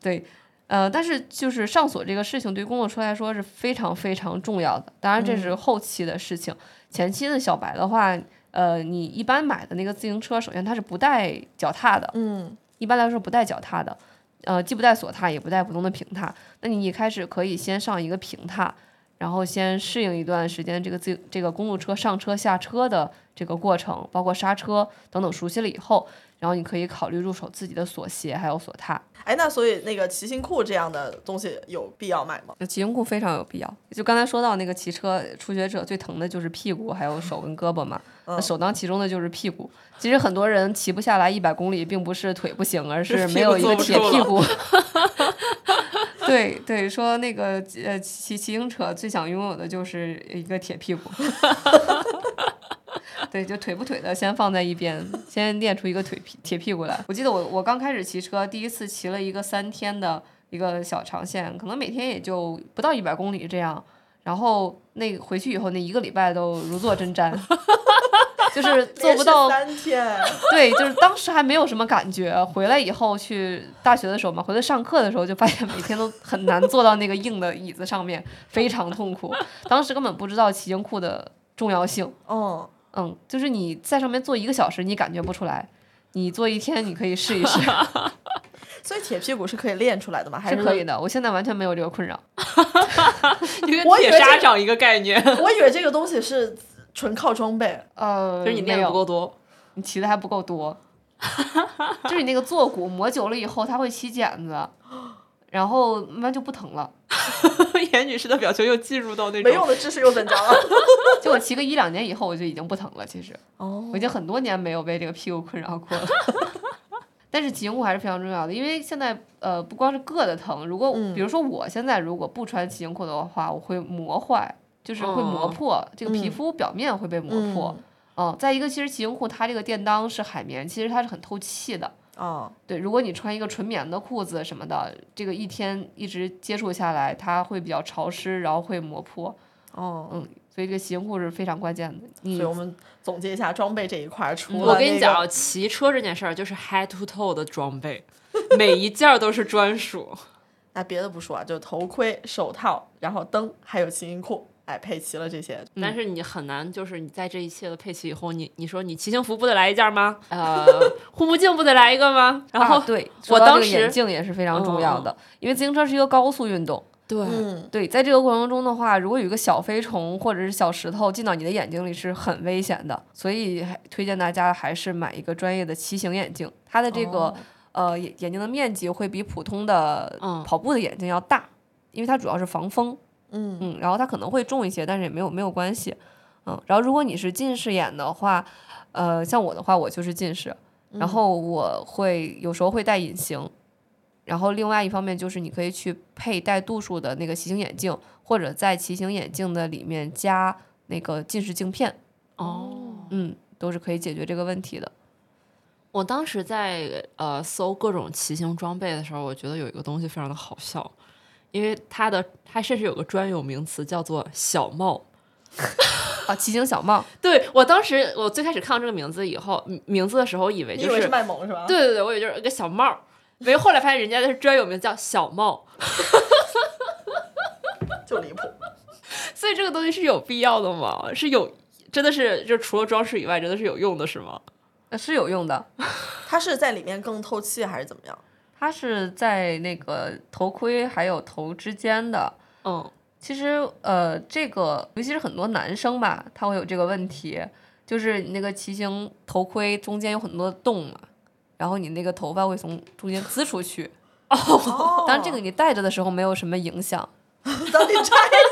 Speaker 2: 对，呃，但是就是上锁这个事情对于工作车来说是非常非常重要的，当然这是后期的事情，前期的小白的话。呃，你一般买的那个自行车，首先它是不带脚踏的，
Speaker 1: 嗯
Speaker 2: 一般来说不带脚踏的，呃，既不带锁踏，也不带普通的平踏。那你一开始可以先上一个平踏，然后先适应一段时间这个自这个公路车上车下车的这个过程，包括刹车等等，熟悉了以后，然后你可以考虑入手自己的锁鞋还有锁踏。
Speaker 1: 哎，那所以那个骑行裤这样的东西有必要买吗？
Speaker 2: 那骑行裤非常有必要。就刚才说到那个骑车初学者最疼的就是屁股，还有手跟胳膊嘛。那首当其冲的就是屁股。其实很多人骑不下来一百公里，并不是腿不行，而是
Speaker 3: 是屁股
Speaker 2: 没有一个
Speaker 3: 坐不
Speaker 2: 铁
Speaker 3: 住
Speaker 2: 屁
Speaker 3: 了
Speaker 2: 股。对对，说那个呃骑骑行者最想拥有的就是一个铁屁股。 对，就腿不腿的先放在一边，先练出一个腿屁铁屁股来。我记得我我刚开始骑车，第一次骑了一个三天的一个小长线，可能每天也就不到一百公里这样。然后那回去以后，那一个礼拜都如坐针毡， 就是做
Speaker 1: 连
Speaker 2: 不
Speaker 1: 续
Speaker 2: 到。
Speaker 1: 三天，
Speaker 2: 对，就是当时还没有什么感觉，回来以后去大学的时候嘛，回来上课的时候就发现每天都很难坐到那个硬的椅子上面，非常痛苦。当时根本不知道骑行裤的重要性。
Speaker 1: 嗯，
Speaker 2: 嗯，就是你在上面坐一个小时，你感觉不出来；你坐一天，你可以试 一试，
Speaker 1: 所以铁屁股是可以练出来的吗？还
Speaker 2: 是可以的。我现在完全没有这个困扰。
Speaker 3: 就跟
Speaker 1: 我以
Speaker 3: 铁
Speaker 1: 为这
Speaker 3: 砂
Speaker 1: 个
Speaker 3: 掌一个概念，
Speaker 1: 我以为这个东西是纯靠装备。
Speaker 2: 呃，
Speaker 3: 就是你练
Speaker 2: 没
Speaker 3: 的
Speaker 2: 有
Speaker 3: 不够 多。
Speaker 2: 你骑的还不够多， 就是你那个坐骨磨久了以后，它会起茧子，然后慢慢就不疼了。
Speaker 3: 严女士的表情又进入到那
Speaker 1: 没用
Speaker 3: 种
Speaker 1: 的知识又增加 了。
Speaker 2: 就我骑个一两年以后，我就已经不疼了。其实
Speaker 1: 哦
Speaker 2: 我已经很多年没有被这个屁股困扰过了。 但是骑行裤还是非常重要的，因为现在呃不光是硌得疼，如果、
Speaker 1: 嗯
Speaker 2: 比如说我现在如果不穿骑行裤的话，我会磨坏，就是会磨
Speaker 3: 哦
Speaker 2: 破、这个皮
Speaker 1: 嗯
Speaker 2: 肤表面会被磨破。嗯、再一个，其实骑行裤它这个垫裆是海绵，其实它是很透气的。
Speaker 1: 哦，
Speaker 2: 对，如果你穿一个纯棉的裤子什么的，这个一天一直接触下来，它会比较潮湿，然后会磨破，
Speaker 1: 哦，
Speaker 2: 所以这个骑行裤是非常关键的。你
Speaker 1: 所以我们总结一下装备这一块儿，
Speaker 2: 嗯
Speaker 1: 除了、
Speaker 3: 我跟你讲啊，，骑车这件事儿就是 head to toe 的装备，每一件儿都是专属。
Speaker 1: 那别的不说啊，就头盔、手套，然后灯，还有骑行裤，哎，配齐了这些。
Speaker 3: 但是你很难，就是你在这一切的配齐以后，你你说你骑行服不得来一件儿吗？ 呃，护目镜不得来一个吗？然后、
Speaker 2: 啊对，
Speaker 3: 我
Speaker 2: 说到这
Speaker 3: 当
Speaker 2: 个眼
Speaker 3: 时
Speaker 2: 镜也是非常重要
Speaker 3: 嗯嗯
Speaker 2: 的，因为自行车是一个高速运动。
Speaker 3: 对
Speaker 1: 嗯，
Speaker 2: 对，在这个过程中的话，如果有一个小飞虫或者是小石头进到你的眼睛里是很危险的，所以还推荐大家还是买一个专业的骑行眼镜，它的这个、
Speaker 1: 哦
Speaker 2: 呃眼眼睛的面积会比普通的
Speaker 3: 嗯
Speaker 2: 跑步的眼镜要大，因为它主要是防风。
Speaker 1: 嗯
Speaker 2: 嗯，然后它可能会重一些，但是也没有没有关系。嗯，然后如果你是近视眼的话，呃，像我的话，我就是近视，然后我会有时候会戴隐形，然后另外一方面就是你可以去配带度数的那个骑行眼镜，或者在骑行眼镜的里面加那个近视镜片，
Speaker 3: 哦，
Speaker 2: 嗯，都是可以解决这个问题的。
Speaker 3: 我当时在呃搜各种骑行装备的时候，我觉得有一个东西非常的好笑，因为它的它甚至有个专有名词叫做小帽。
Speaker 2: 啊，骑行小帽，
Speaker 3: 对我当时我最开始看到这个名字以后，嗯名字的时候以为
Speaker 1: 你
Speaker 3: 就
Speaker 1: 以为是卖萌是吧？，
Speaker 3: 对对对，我以为就是一个小帽儿，没后来发现人家的专有名叫小帽，
Speaker 1: 就离谱。
Speaker 3: 所以这个东西是有必要的吗？是有，真的是就除了装饰以外，真的是有用的，是吗？
Speaker 2: 呃是有用的。
Speaker 1: 它是在里面更透气还是怎么样？
Speaker 2: 它是在那个头盔还有头之间的，
Speaker 3: 嗯，
Speaker 2: 其实呃，这个尤其是很多男生吧，他会有这个问题，就是你那个骑行头盔中间有很多洞嘛，然后你那个头发会从中间滋出去。
Speaker 1: 哦，
Speaker 2: 当然，这个你戴着的时候没有什么影响，
Speaker 1: 当你摘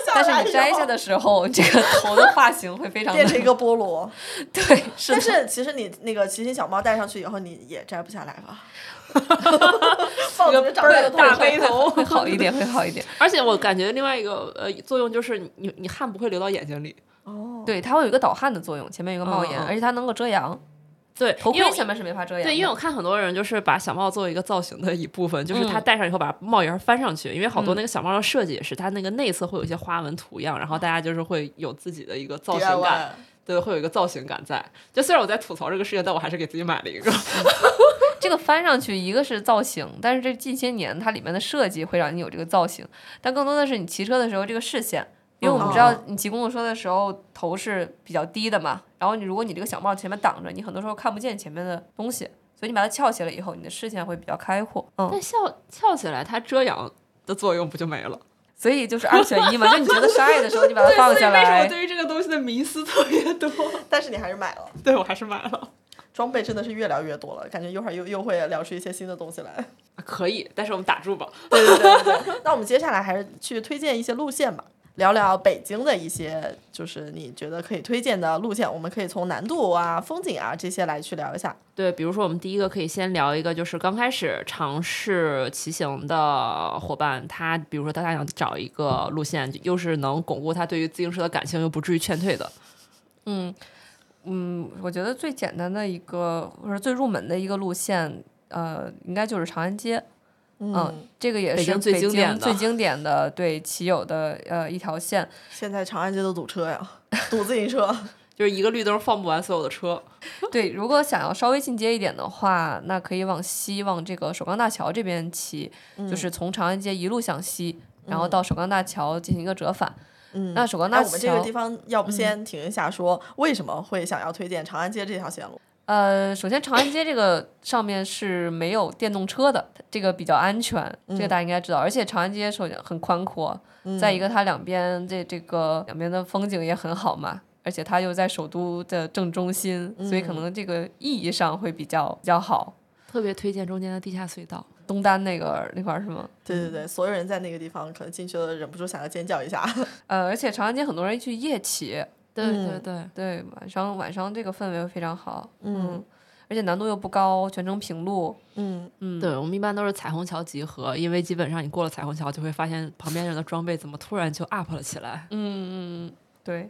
Speaker 1: 下来，
Speaker 2: 但是你摘下的时候，这个头的发型会非常
Speaker 1: 变
Speaker 2: 的
Speaker 1: 成一个菠萝。
Speaker 2: 对，是
Speaker 1: 但
Speaker 2: 的。
Speaker 1: 是其实你那个骑行小猫戴上去以后，你也摘不下来吧？放着长
Speaker 3: 倍
Speaker 1: 在
Speaker 3: 儿
Speaker 1: 个
Speaker 3: 大
Speaker 1: 头上
Speaker 3: 背头
Speaker 2: 会好一点，会好一点。
Speaker 3: 而且我感觉另外一个呃作用就是你你你汗不会流到眼睛里，
Speaker 1: 哦，
Speaker 2: 对，它会有一个导汗的作用，前面有一个帽檐，
Speaker 3: 嗯嗯
Speaker 2: 而且它能够遮阳。
Speaker 3: 对，
Speaker 2: 头
Speaker 3: 因为
Speaker 2: 盔前面是没法遮阳的。
Speaker 3: 对，因为我看很多人就是把小帽作为一个造型的一部分，就是他
Speaker 2: 嗯
Speaker 3: 戴上以后把帽檐翻上去，因为好多
Speaker 2: 嗯
Speaker 3: 那个小帽的设计也是，它那个内侧会有一些花纹图样，然后大家就是会有自己的一个造型
Speaker 1: DIY
Speaker 3: 感，对，会有一个造型感在。就虽然我在吐槽这个事情，但我还是给自己买了一 个。
Speaker 2: 这个翻上去，一个是造型，但是这近些年它里面的设计会让你有这个造型，但更多的是你骑车的时候这个视线，因为我们知道
Speaker 1: 嗯
Speaker 2: 你骑公路车的时候头是比较低的嘛，然后你如果你这个小帽前面挡着，你很多时候看不见前面的东西，所以你把它翘起来以后，你的视线会比较开阔，嗯，
Speaker 3: 但翘翘起来，它遮阳的作用不就没了？
Speaker 2: 所以就是二选一嘛，就你觉得伤害的时候，你把它放
Speaker 3: 所以
Speaker 2: 下
Speaker 3: 为什么
Speaker 2: 来。
Speaker 3: 对于这个东西的迷思特别多？啊
Speaker 1: 但是你还是买了。
Speaker 3: 对我还是买了。
Speaker 1: 装备真的是越聊越多了，感觉一会儿又又会聊出一些新的东西来。
Speaker 3: 可以，但是我们打住吧。
Speaker 1: 对对对对对。那我们接下来还是去推荐一些路线吧，聊聊北京的一些，就是你觉得可以推荐的路线，我们可以从难度啊、风景啊这些来去聊一下。
Speaker 3: 对，比如说我们第一个可以先聊一个，就是刚开始尝试骑行的伙伴，他比如说他想找一个路线，又是能巩固他对于自行车的感情，又不至于劝退的。
Speaker 2: 嗯嗯，我觉得最简单的一个或者最入门的一个路线，呃，应该就是长安街。
Speaker 1: 嗯，
Speaker 2: 嗯这个也
Speaker 3: 北
Speaker 2: 是
Speaker 3: 京最
Speaker 2: 北
Speaker 3: 经典的
Speaker 2: 最经典的对骑友的呃一条线。
Speaker 1: 现在长安街都堵车 呀，堵自行车。
Speaker 3: 就是一个绿灯放不完所有的车，
Speaker 2: 对，如果想要稍微进阶一点的话，那可以往西往这个首钢大桥这边骑，
Speaker 1: 嗯
Speaker 2: 就是从长安街一路向西，然后到首钢大桥进行一个折返。
Speaker 1: 嗯，
Speaker 2: 那首钢
Speaker 1: 那
Speaker 2: 大
Speaker 1: 我们这个
Speaker 2: 桥
Speaker 1: 地，方要不先停一下，说为什么会想要推荐长安街这条线路？
Speaker 2: 呃，首先长安街这个上面是没有电动车的，这个比较安全，这
Speaker 1: 嗯
Speaker 2: 个大家应该知道。而且长安街首先很宽阔，再一个它两边这这个两边的风景也很好嘛，而且它又在首都的正中心，所
Speaker 1: 嗯
Speaker 2: 以可能这个意义上会比较比较好。
Speaker 3: 特别推荐中间的地下隧道。
Speaker 2: 东单那个那块儿是吗？
Speaker 1: 对对对，所有人在那个地方可能进去了，忍不住想要尖叫一下。
Speaker 2: 呃，而且长安街很多人去夜骑，
Speaker 3: 对
Speaker 1: 嗯
Speaker 3: 对对，
Speaker 2: 对，晚上晚上这个氛围会非常好，
Speaker 1: 嗯
Speaker 2: 而且难度又不高，全程平路，
Speaker 1: 嗯，
Speaker 2: 嗯，
Speaker 3: 对我们一般都是彩虹桥集合，因为基本上你过了彩虹桥，就会发现旁边人的装备怎么突然就 up 了起来。
Speaker 2: 嗯嗯嗯，对，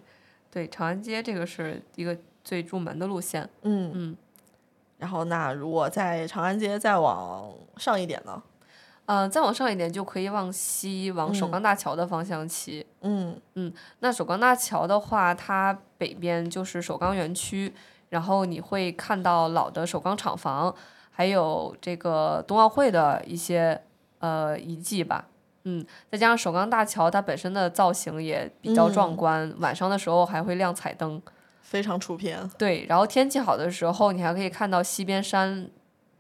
Speaker 2: 对，长安街这个是一个最入门的路线，
Speaker 1: 嗯
Speaker 2: 嗯。
Speaker 1: 然后，那如果在长安街再往上一点呢？
Speaker 2: 呃，再往上一点就可以往西，往首
Speaker 1: 嗯
Speaker 2: 钢大桥的方向骑。
Speaker 1: 嗯
Speaker 2: 那首钢大桥的话，它北边就是首钢园区，然后你会看到老的首钢厂房，还有这个冬奥会的一些呃遗迹吧。嗯，再加上首钢大桥它本身的造型也比较壮
Speaker 1: 嗯
Speaker 2: 观，晚上的时候还会亮彩灯。
Speaker 1: 非常出片。
Speaker 2: 对，然后天气好的时候，你还可以看到西边山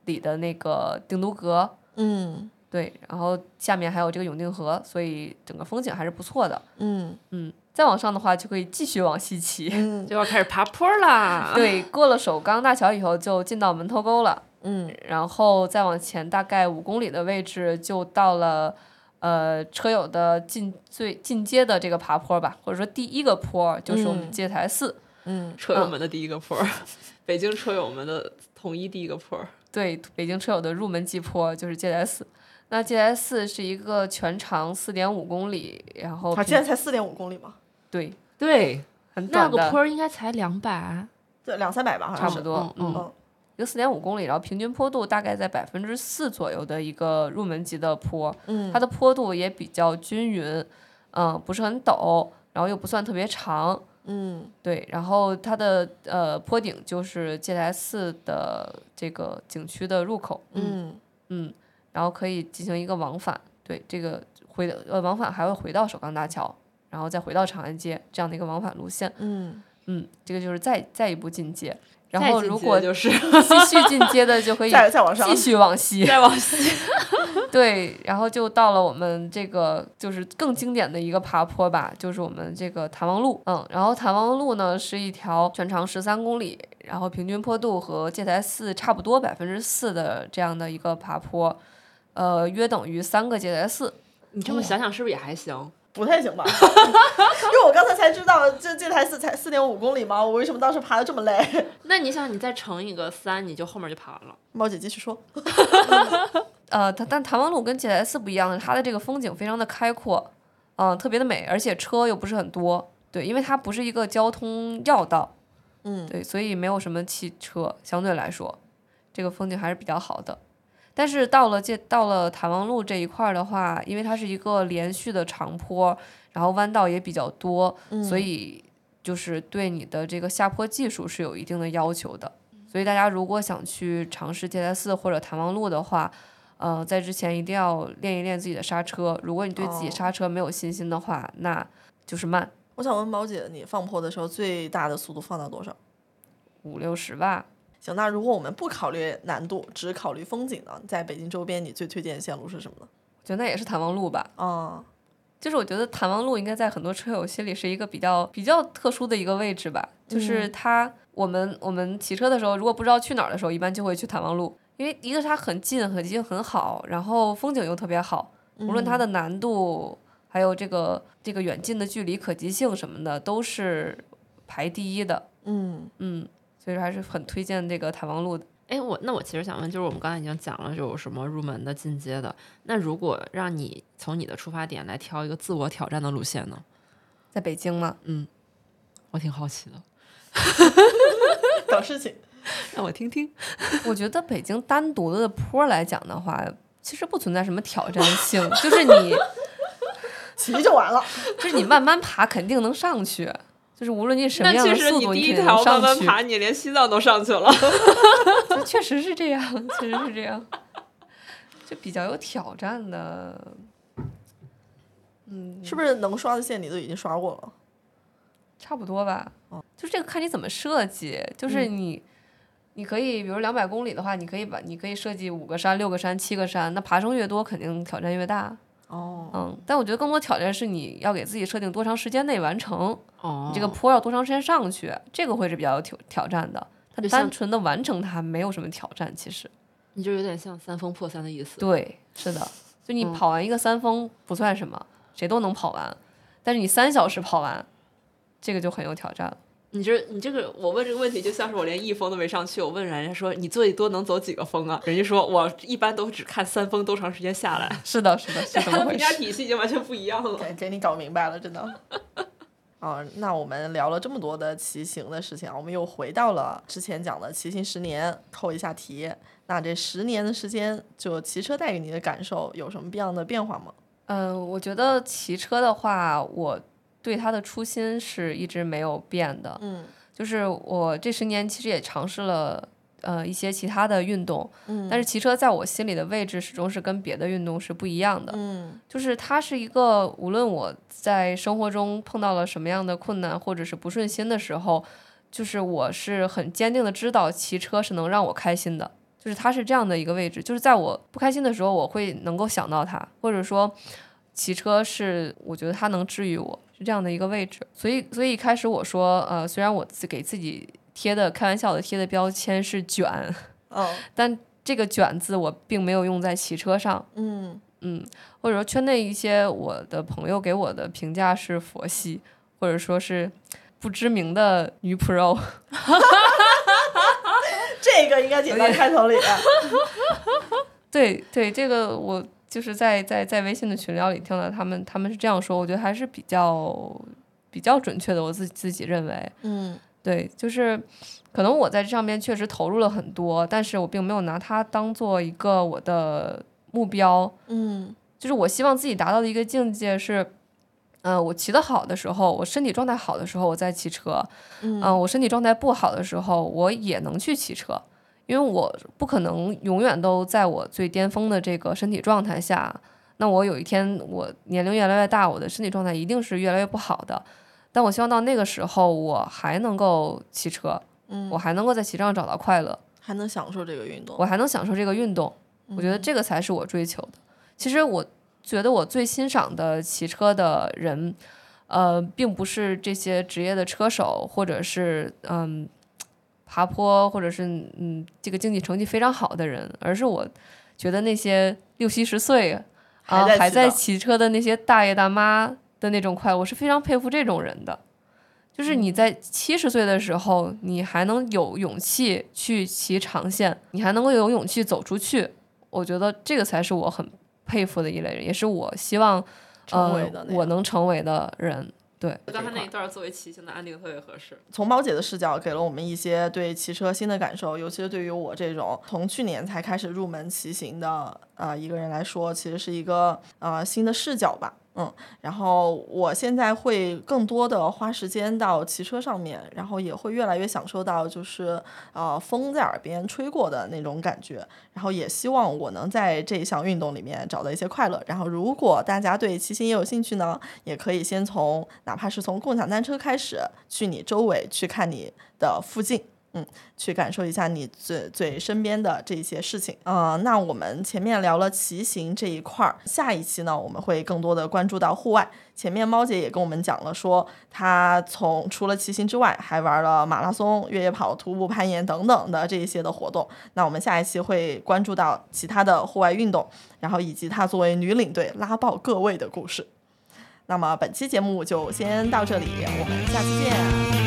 Speaker 2: 里的那个定都阁。
Speaker 1: 嗯
Speaker 2: 对，然后下面还有这个永定河，所以整个风景还是不错的。
Speaker 1: 嗯
Speaker 2: 嗯，再往上的话就可以继续往西骑。
Speaker 1: 嗯
Speaker 3: 就要开始爬坡 啦。
Speaker 2: 对，过了首钢大桥以后就进到门头沟了，
Speaker 1: 嗯
Speaker 2: 然后再往前大概五公里的位置就到了，呃，车友的进最进阶的这个爬坡吧，或者说第一个坡就是我们
Speaker 1: 嗯
Speaker 2: 戒台寺。
Speaker 1: 嗯，
Speaker 3: 车友们的第一个坡儿， 北京车友们的统一第一个坡儿。
Speaker 2: 对，北京车友的入门级坡就是戒台寺。那戒台寺是一个全长四点五公里，然后
Speaker 1: 它
Speaker 2: 平
Speaker 1: 现在才四点五公里嘛，
Speaker 2: 对
Speaker 3: 对，
Speaker 2: 很
Speaker 3: 那
Speaker 2: 短的，
Speaker 3: 个坡儿应该才两百，
Speaker 1: 对，两三百吧，好像
Speaker 2: 差
Speaker 1: 是
Speaker 2: 不。多，
Speaker 3: 嗯嗯
Speaker 1: 嗯
Speaker 2: 一个四点五公里，然后平均坡度大概在百分之四左右的一个入门级的坡，
Speaker 1: 嗯，
Speaker 2: 它的坡度也比较均匀，嗯，不是很陡，然后又不算特别长，
Speaker 1: 嗯
Speaker 2: 对，然后它的呃坡顶就是戒台寺的这个景区的入口，
Speaker 1: 嗯
Speaker 2: 嗯，然后可以进行一个往返，对，这个回呃往返还会回到首钢大桥，然后再回到长安街这样的一个往返路线，
Speaker 1: 嗯
Speaker 2: 嗯，这个就是再再一步进阶。然
Speaker 3: 再
Speaker 2: 后
Speaker 3: 进
Speaker 2: 如
Speaker 3: 阶
Speaker 2: 果
Speaker 3: 就是
Speaker 2: 继续进阶的，就可以
Speaker 1: 再再往上
Speaker 2: 继续往西。
Speaker 3: 再往 西，
Speaker 2: 对，然后就到了我们这个就是更经典的一个爬坡吧，就是我们这个弹簧路。嗯，然后弹簧路呢是一条全长十三公里，然后平均坡度和戒台寺差不多百分之四的这样的一个爬坡，呃，约等于三个戒台寺。
Speaker 3: 你这么想想是不是也还行？
Speaker 1: 不太 行吧？因为我刚才才知道这这台四才四点五公里嘛，我为什么当时爬的这么累？
Speaker 3: 那你想，你再乘一个三，你就后面就爬了。
Speaker 1: 猫姐继续说，
Speaker 2: 呃，它但弹簧路跟戒台寺不一样的，它的这个风景非常的开阔，嗯、特别的美，而且车又不是很多。对，因为它不是一个交通要道，
Speaker 1: 嗯，
Speaker 2: 对，所以没有什么汽车，相对来说，这个风景还是比较好的。但是到了这到了弹簧路这一块儿的话，因为它是一个连续的长坡，然后弯道也比较多，嗯所
Speaker 1: 嗯
Speaker 2: 以就是对你的这个下坡技术是有一定的要求的。所以大家如果想去尝试戒台寺或者弹簧路的话，呃，在之前一定要练一练自己的刹车。如果你对自己
Speaker 1: 哦
Speaker 2: 刹车没有信心的话，那就是慢
Speaker 1: 我想问猫姐，你放坡的时候最大的速度放到多少？
Speaker 2: 五六十吧。
Speaker 1: 行，那如果我们不考虑难度，只考虑风景呢？在北京周边，你最推荐的线路是什么呢？
Speaker 2: 我觉得那也是弹簧路吧。
Speaker 1: 啊、
Speaker 2: 哦就是我觉得弹簧路应该在很多车友心里是一个比较比较特殊的一个位置吧，就是它、我们我们骑车的时候，如果不知道去哪儿的时候，一般就会去弹簧路，因为一个是它很近，很近很好，然后风景又特别好，
Speaker 1: 嗯
Speaker 2: 无论它的难度、还有这个这个远近的距离、可及性什么的，都是排第一的，
Speaker 1: 嗯，
Speaker 2: 嗯，所以说还是很推荐这个弹簧路的。
Speaker 3: 哎，我那我其实想问，就是我们刚才已经讲了，就有什么入门的、进阶的。那如果让你从你的出发点来挑一个自我挑战的路线呢？
Speaker 2: 在北京嘛，
Speaker 3: 我挺好奇 的，
Speaker 1: 找事情，
Speaker 3: 让我听听。
Speaker 2: 我觉得北京单独的坡来讲的话，其实不存在什么挑战性，就是你。
Speaker 1: 骑就完了。
Speaker 2: 就是你慢慢爬，肯定能上去。就是无论你什么
Speaker 3: 那
Speaker 2: 样
Speaker 3: 确
Speaker 2: 的
Speaker 3: 实，
Speaker 2: 速
Speaker 3: 你
Speaker 2: 度，
Speaker 3: 第
Speaker 2: 你
Speaker 3: 一
Speaker 2: 肯定能
Speaker 3: 条慢
Speaker 2: 上
Speaker 3: 慢
Speaker 2: 去。
Speaker 3: 爬，你连西藏都上去了。
Speaker 2: 就 确实是这样，确实是这样。就比较有挑战的，
Speaker 1: 是不是能刷的线你都已经刷过了？
Speaker 2: 差不多吧。就这个看你怎么设计，就是你。你可以，比如两百公里的话，你可以把你可以设计五个山、六个山、七个山，那爬升越多，肯定挑战越大。
Speaker 1: 哦，
Speaker 2: 嗯，但我觉得更多挑战是你要给自己设定多长时间内完成。
Speaker 3: 哦
Speaker 2: 你这个坡要多长时间上去，这个会是比较有挑挑战的。它
Speaker 3: 就像
Speaker 2: 单纯的完成它没有什么挑战，其实
Speaker 3: 你就有点像三峰破三的意思。
Speaker 2: 对，嗯是 的，就你跑完一个三峰不算什么，谁都能跑完，但是你三小时跑完，这个就很有挑战了。
Speaker 3: 你这你这个，我问这个问题，就像是我连一峰都没上去，我问人家说你最多能走几个峰啊？人家说我一般都只看三峰多长时间下 来，
Speaker 2: 是的，是的，是怎
Speaker 3: 他
Speaker 2: 么
Speaker 3: 的
Speaker 2: 回
Speaker 3: 评价
Speaker 2: 事？
Speaker 3: 体系已经完全不一样了。
Speaker 1: 给给你搞明白了，真的。 哦，那我们聊了这么多的骑行的事情啊，我们又回到了之前讲的骑行十年，扣一下题。那这十年的时间，就骑车带给你的感受有什么不一样的变化吗？
Speaker 2: 嗯、我觉得骑车的话，我对它的初心是一直没有变的。
Speaker 1: 嗯
Speaker 2: 就是我这十年其实也尝试了呃一些其他的运动，
Speaker 1: 嗯
Speaker 2: 但是骑车在我心里的位置始终是跟别的运动是不一样的。
Speaker 1: 嗯
Speaker 2: 就是它是一个，无论我在生活中碰到了什么样的困难或者是不顺心的时候，就是我是很坚定的知道骑车是能让我开心的。就是它是这样的一个位置，就是在我不开心的时候，我会能够想到它，或者说骑车是我觉得它能治愈我，是这样的一个位置。所以，所以一开始我说，呃，虽然我自给自己贴的开玩笑的贴的标签是卷，
Speaker 1: 哦
Speaker 2: 但这个卷字我并没有用在骑车上。
Speaker 1: 嗯
Speaker 2: 嗯，或者说圈内一些我的朋友给我的评价是佛系，或者说是不知名的女 pro，
Speaker 1: 这个应该剪到开头里。
Speaker 2: 对对，这个我就是在在在微信的群聊里听到他们他们是这样说，我觉得还是比较比较准确的，我自己自己认为，
Speaker 1: 嗯
Speaker 2: 对，就是可能我在这上面确实投入了很多，但是我并没有拿它当做一个我的目标，
Speaker 1: 嗯
Speaker 2: 就是我希望自己达到的一个境界是，嗯、我骑得好的时候，我身体状态好的时候，我再骑车，嗯、我身体状态不好的时候，我也能去骑车，因为我不可能永远都在我最巅峰的这个身体状态下。那我有一天我年龄越来越大，我的身体状态一定是越来越不好的。但我希望到那个时候，我还能够骑车，
Speaker 1: 嗯
Speaker 2: 我还能够在骑车上找到快乐，
Speaker 1: 还能享受这个运动。
Speaker 2: 我还能享受这个运动。我觉得这个才是我追求的。其实我觉得我最欣赏的骑车的人，呃，并不是这些职业的车手，或者是嗯爬坡，或者是嗯这个经济成绩非常好的人，而是我觉得那些六七十岁啊
Speaker 1: 还在
Speaker 2: 还
Speaker 1: 骑
Speaker 2: 在
Speaker 1: 的
Speaker 2: 骑车的那些大爷大妈的那种快乐，我是非常佩服这种人的。就是
Speaker 1: 嗯
Speaker 2: 你在七十岁的时候，你还能有勇气去骑长线，你还能够有勇气走出去，我觉得这个才是我很佩服的一类人，也是我希望
Speaker 1: 成为的那
Speaker 2: 呃、
Speaker 1: 样
Speaker 2: 我能成为的人。对，
Speaker 3: 刚才那一段作为骑行的安定特别合适。
Speaker 1: 从猫姐的视角给了我们一些对骑车新的感受，尤其是对于我这种从去年才开始入门骑行的呃一个人来说，其实是一个呃新的视角吧。嗯，然后我现在会更多的花时间到骑车上面，然后也会越来越享受到就是呃风在耳边吹过的那种感觉，然后也希望我能在这一项运动里面找到一些快乐。然后如果大家对骑行也有兴趣呢，也可以先从哪怕是从共享单车开始，去你周围去看你的附近。嗯，去感受一下你最最身边的这些事情。呃，那我们前面聊了骑行这一块儿，下一期呢我们会更多的关注到户外。前面猫姐也跟我们讲了说，她从除了骑行之外，还玩了马拉松、越野跑、徒步、攀岩等等的这一些的活动。那我们下一期会关注到其他的户外运动，然后以及她作为女领队拉爆各位的故事。那么本期节目就先到这里，我们下次见。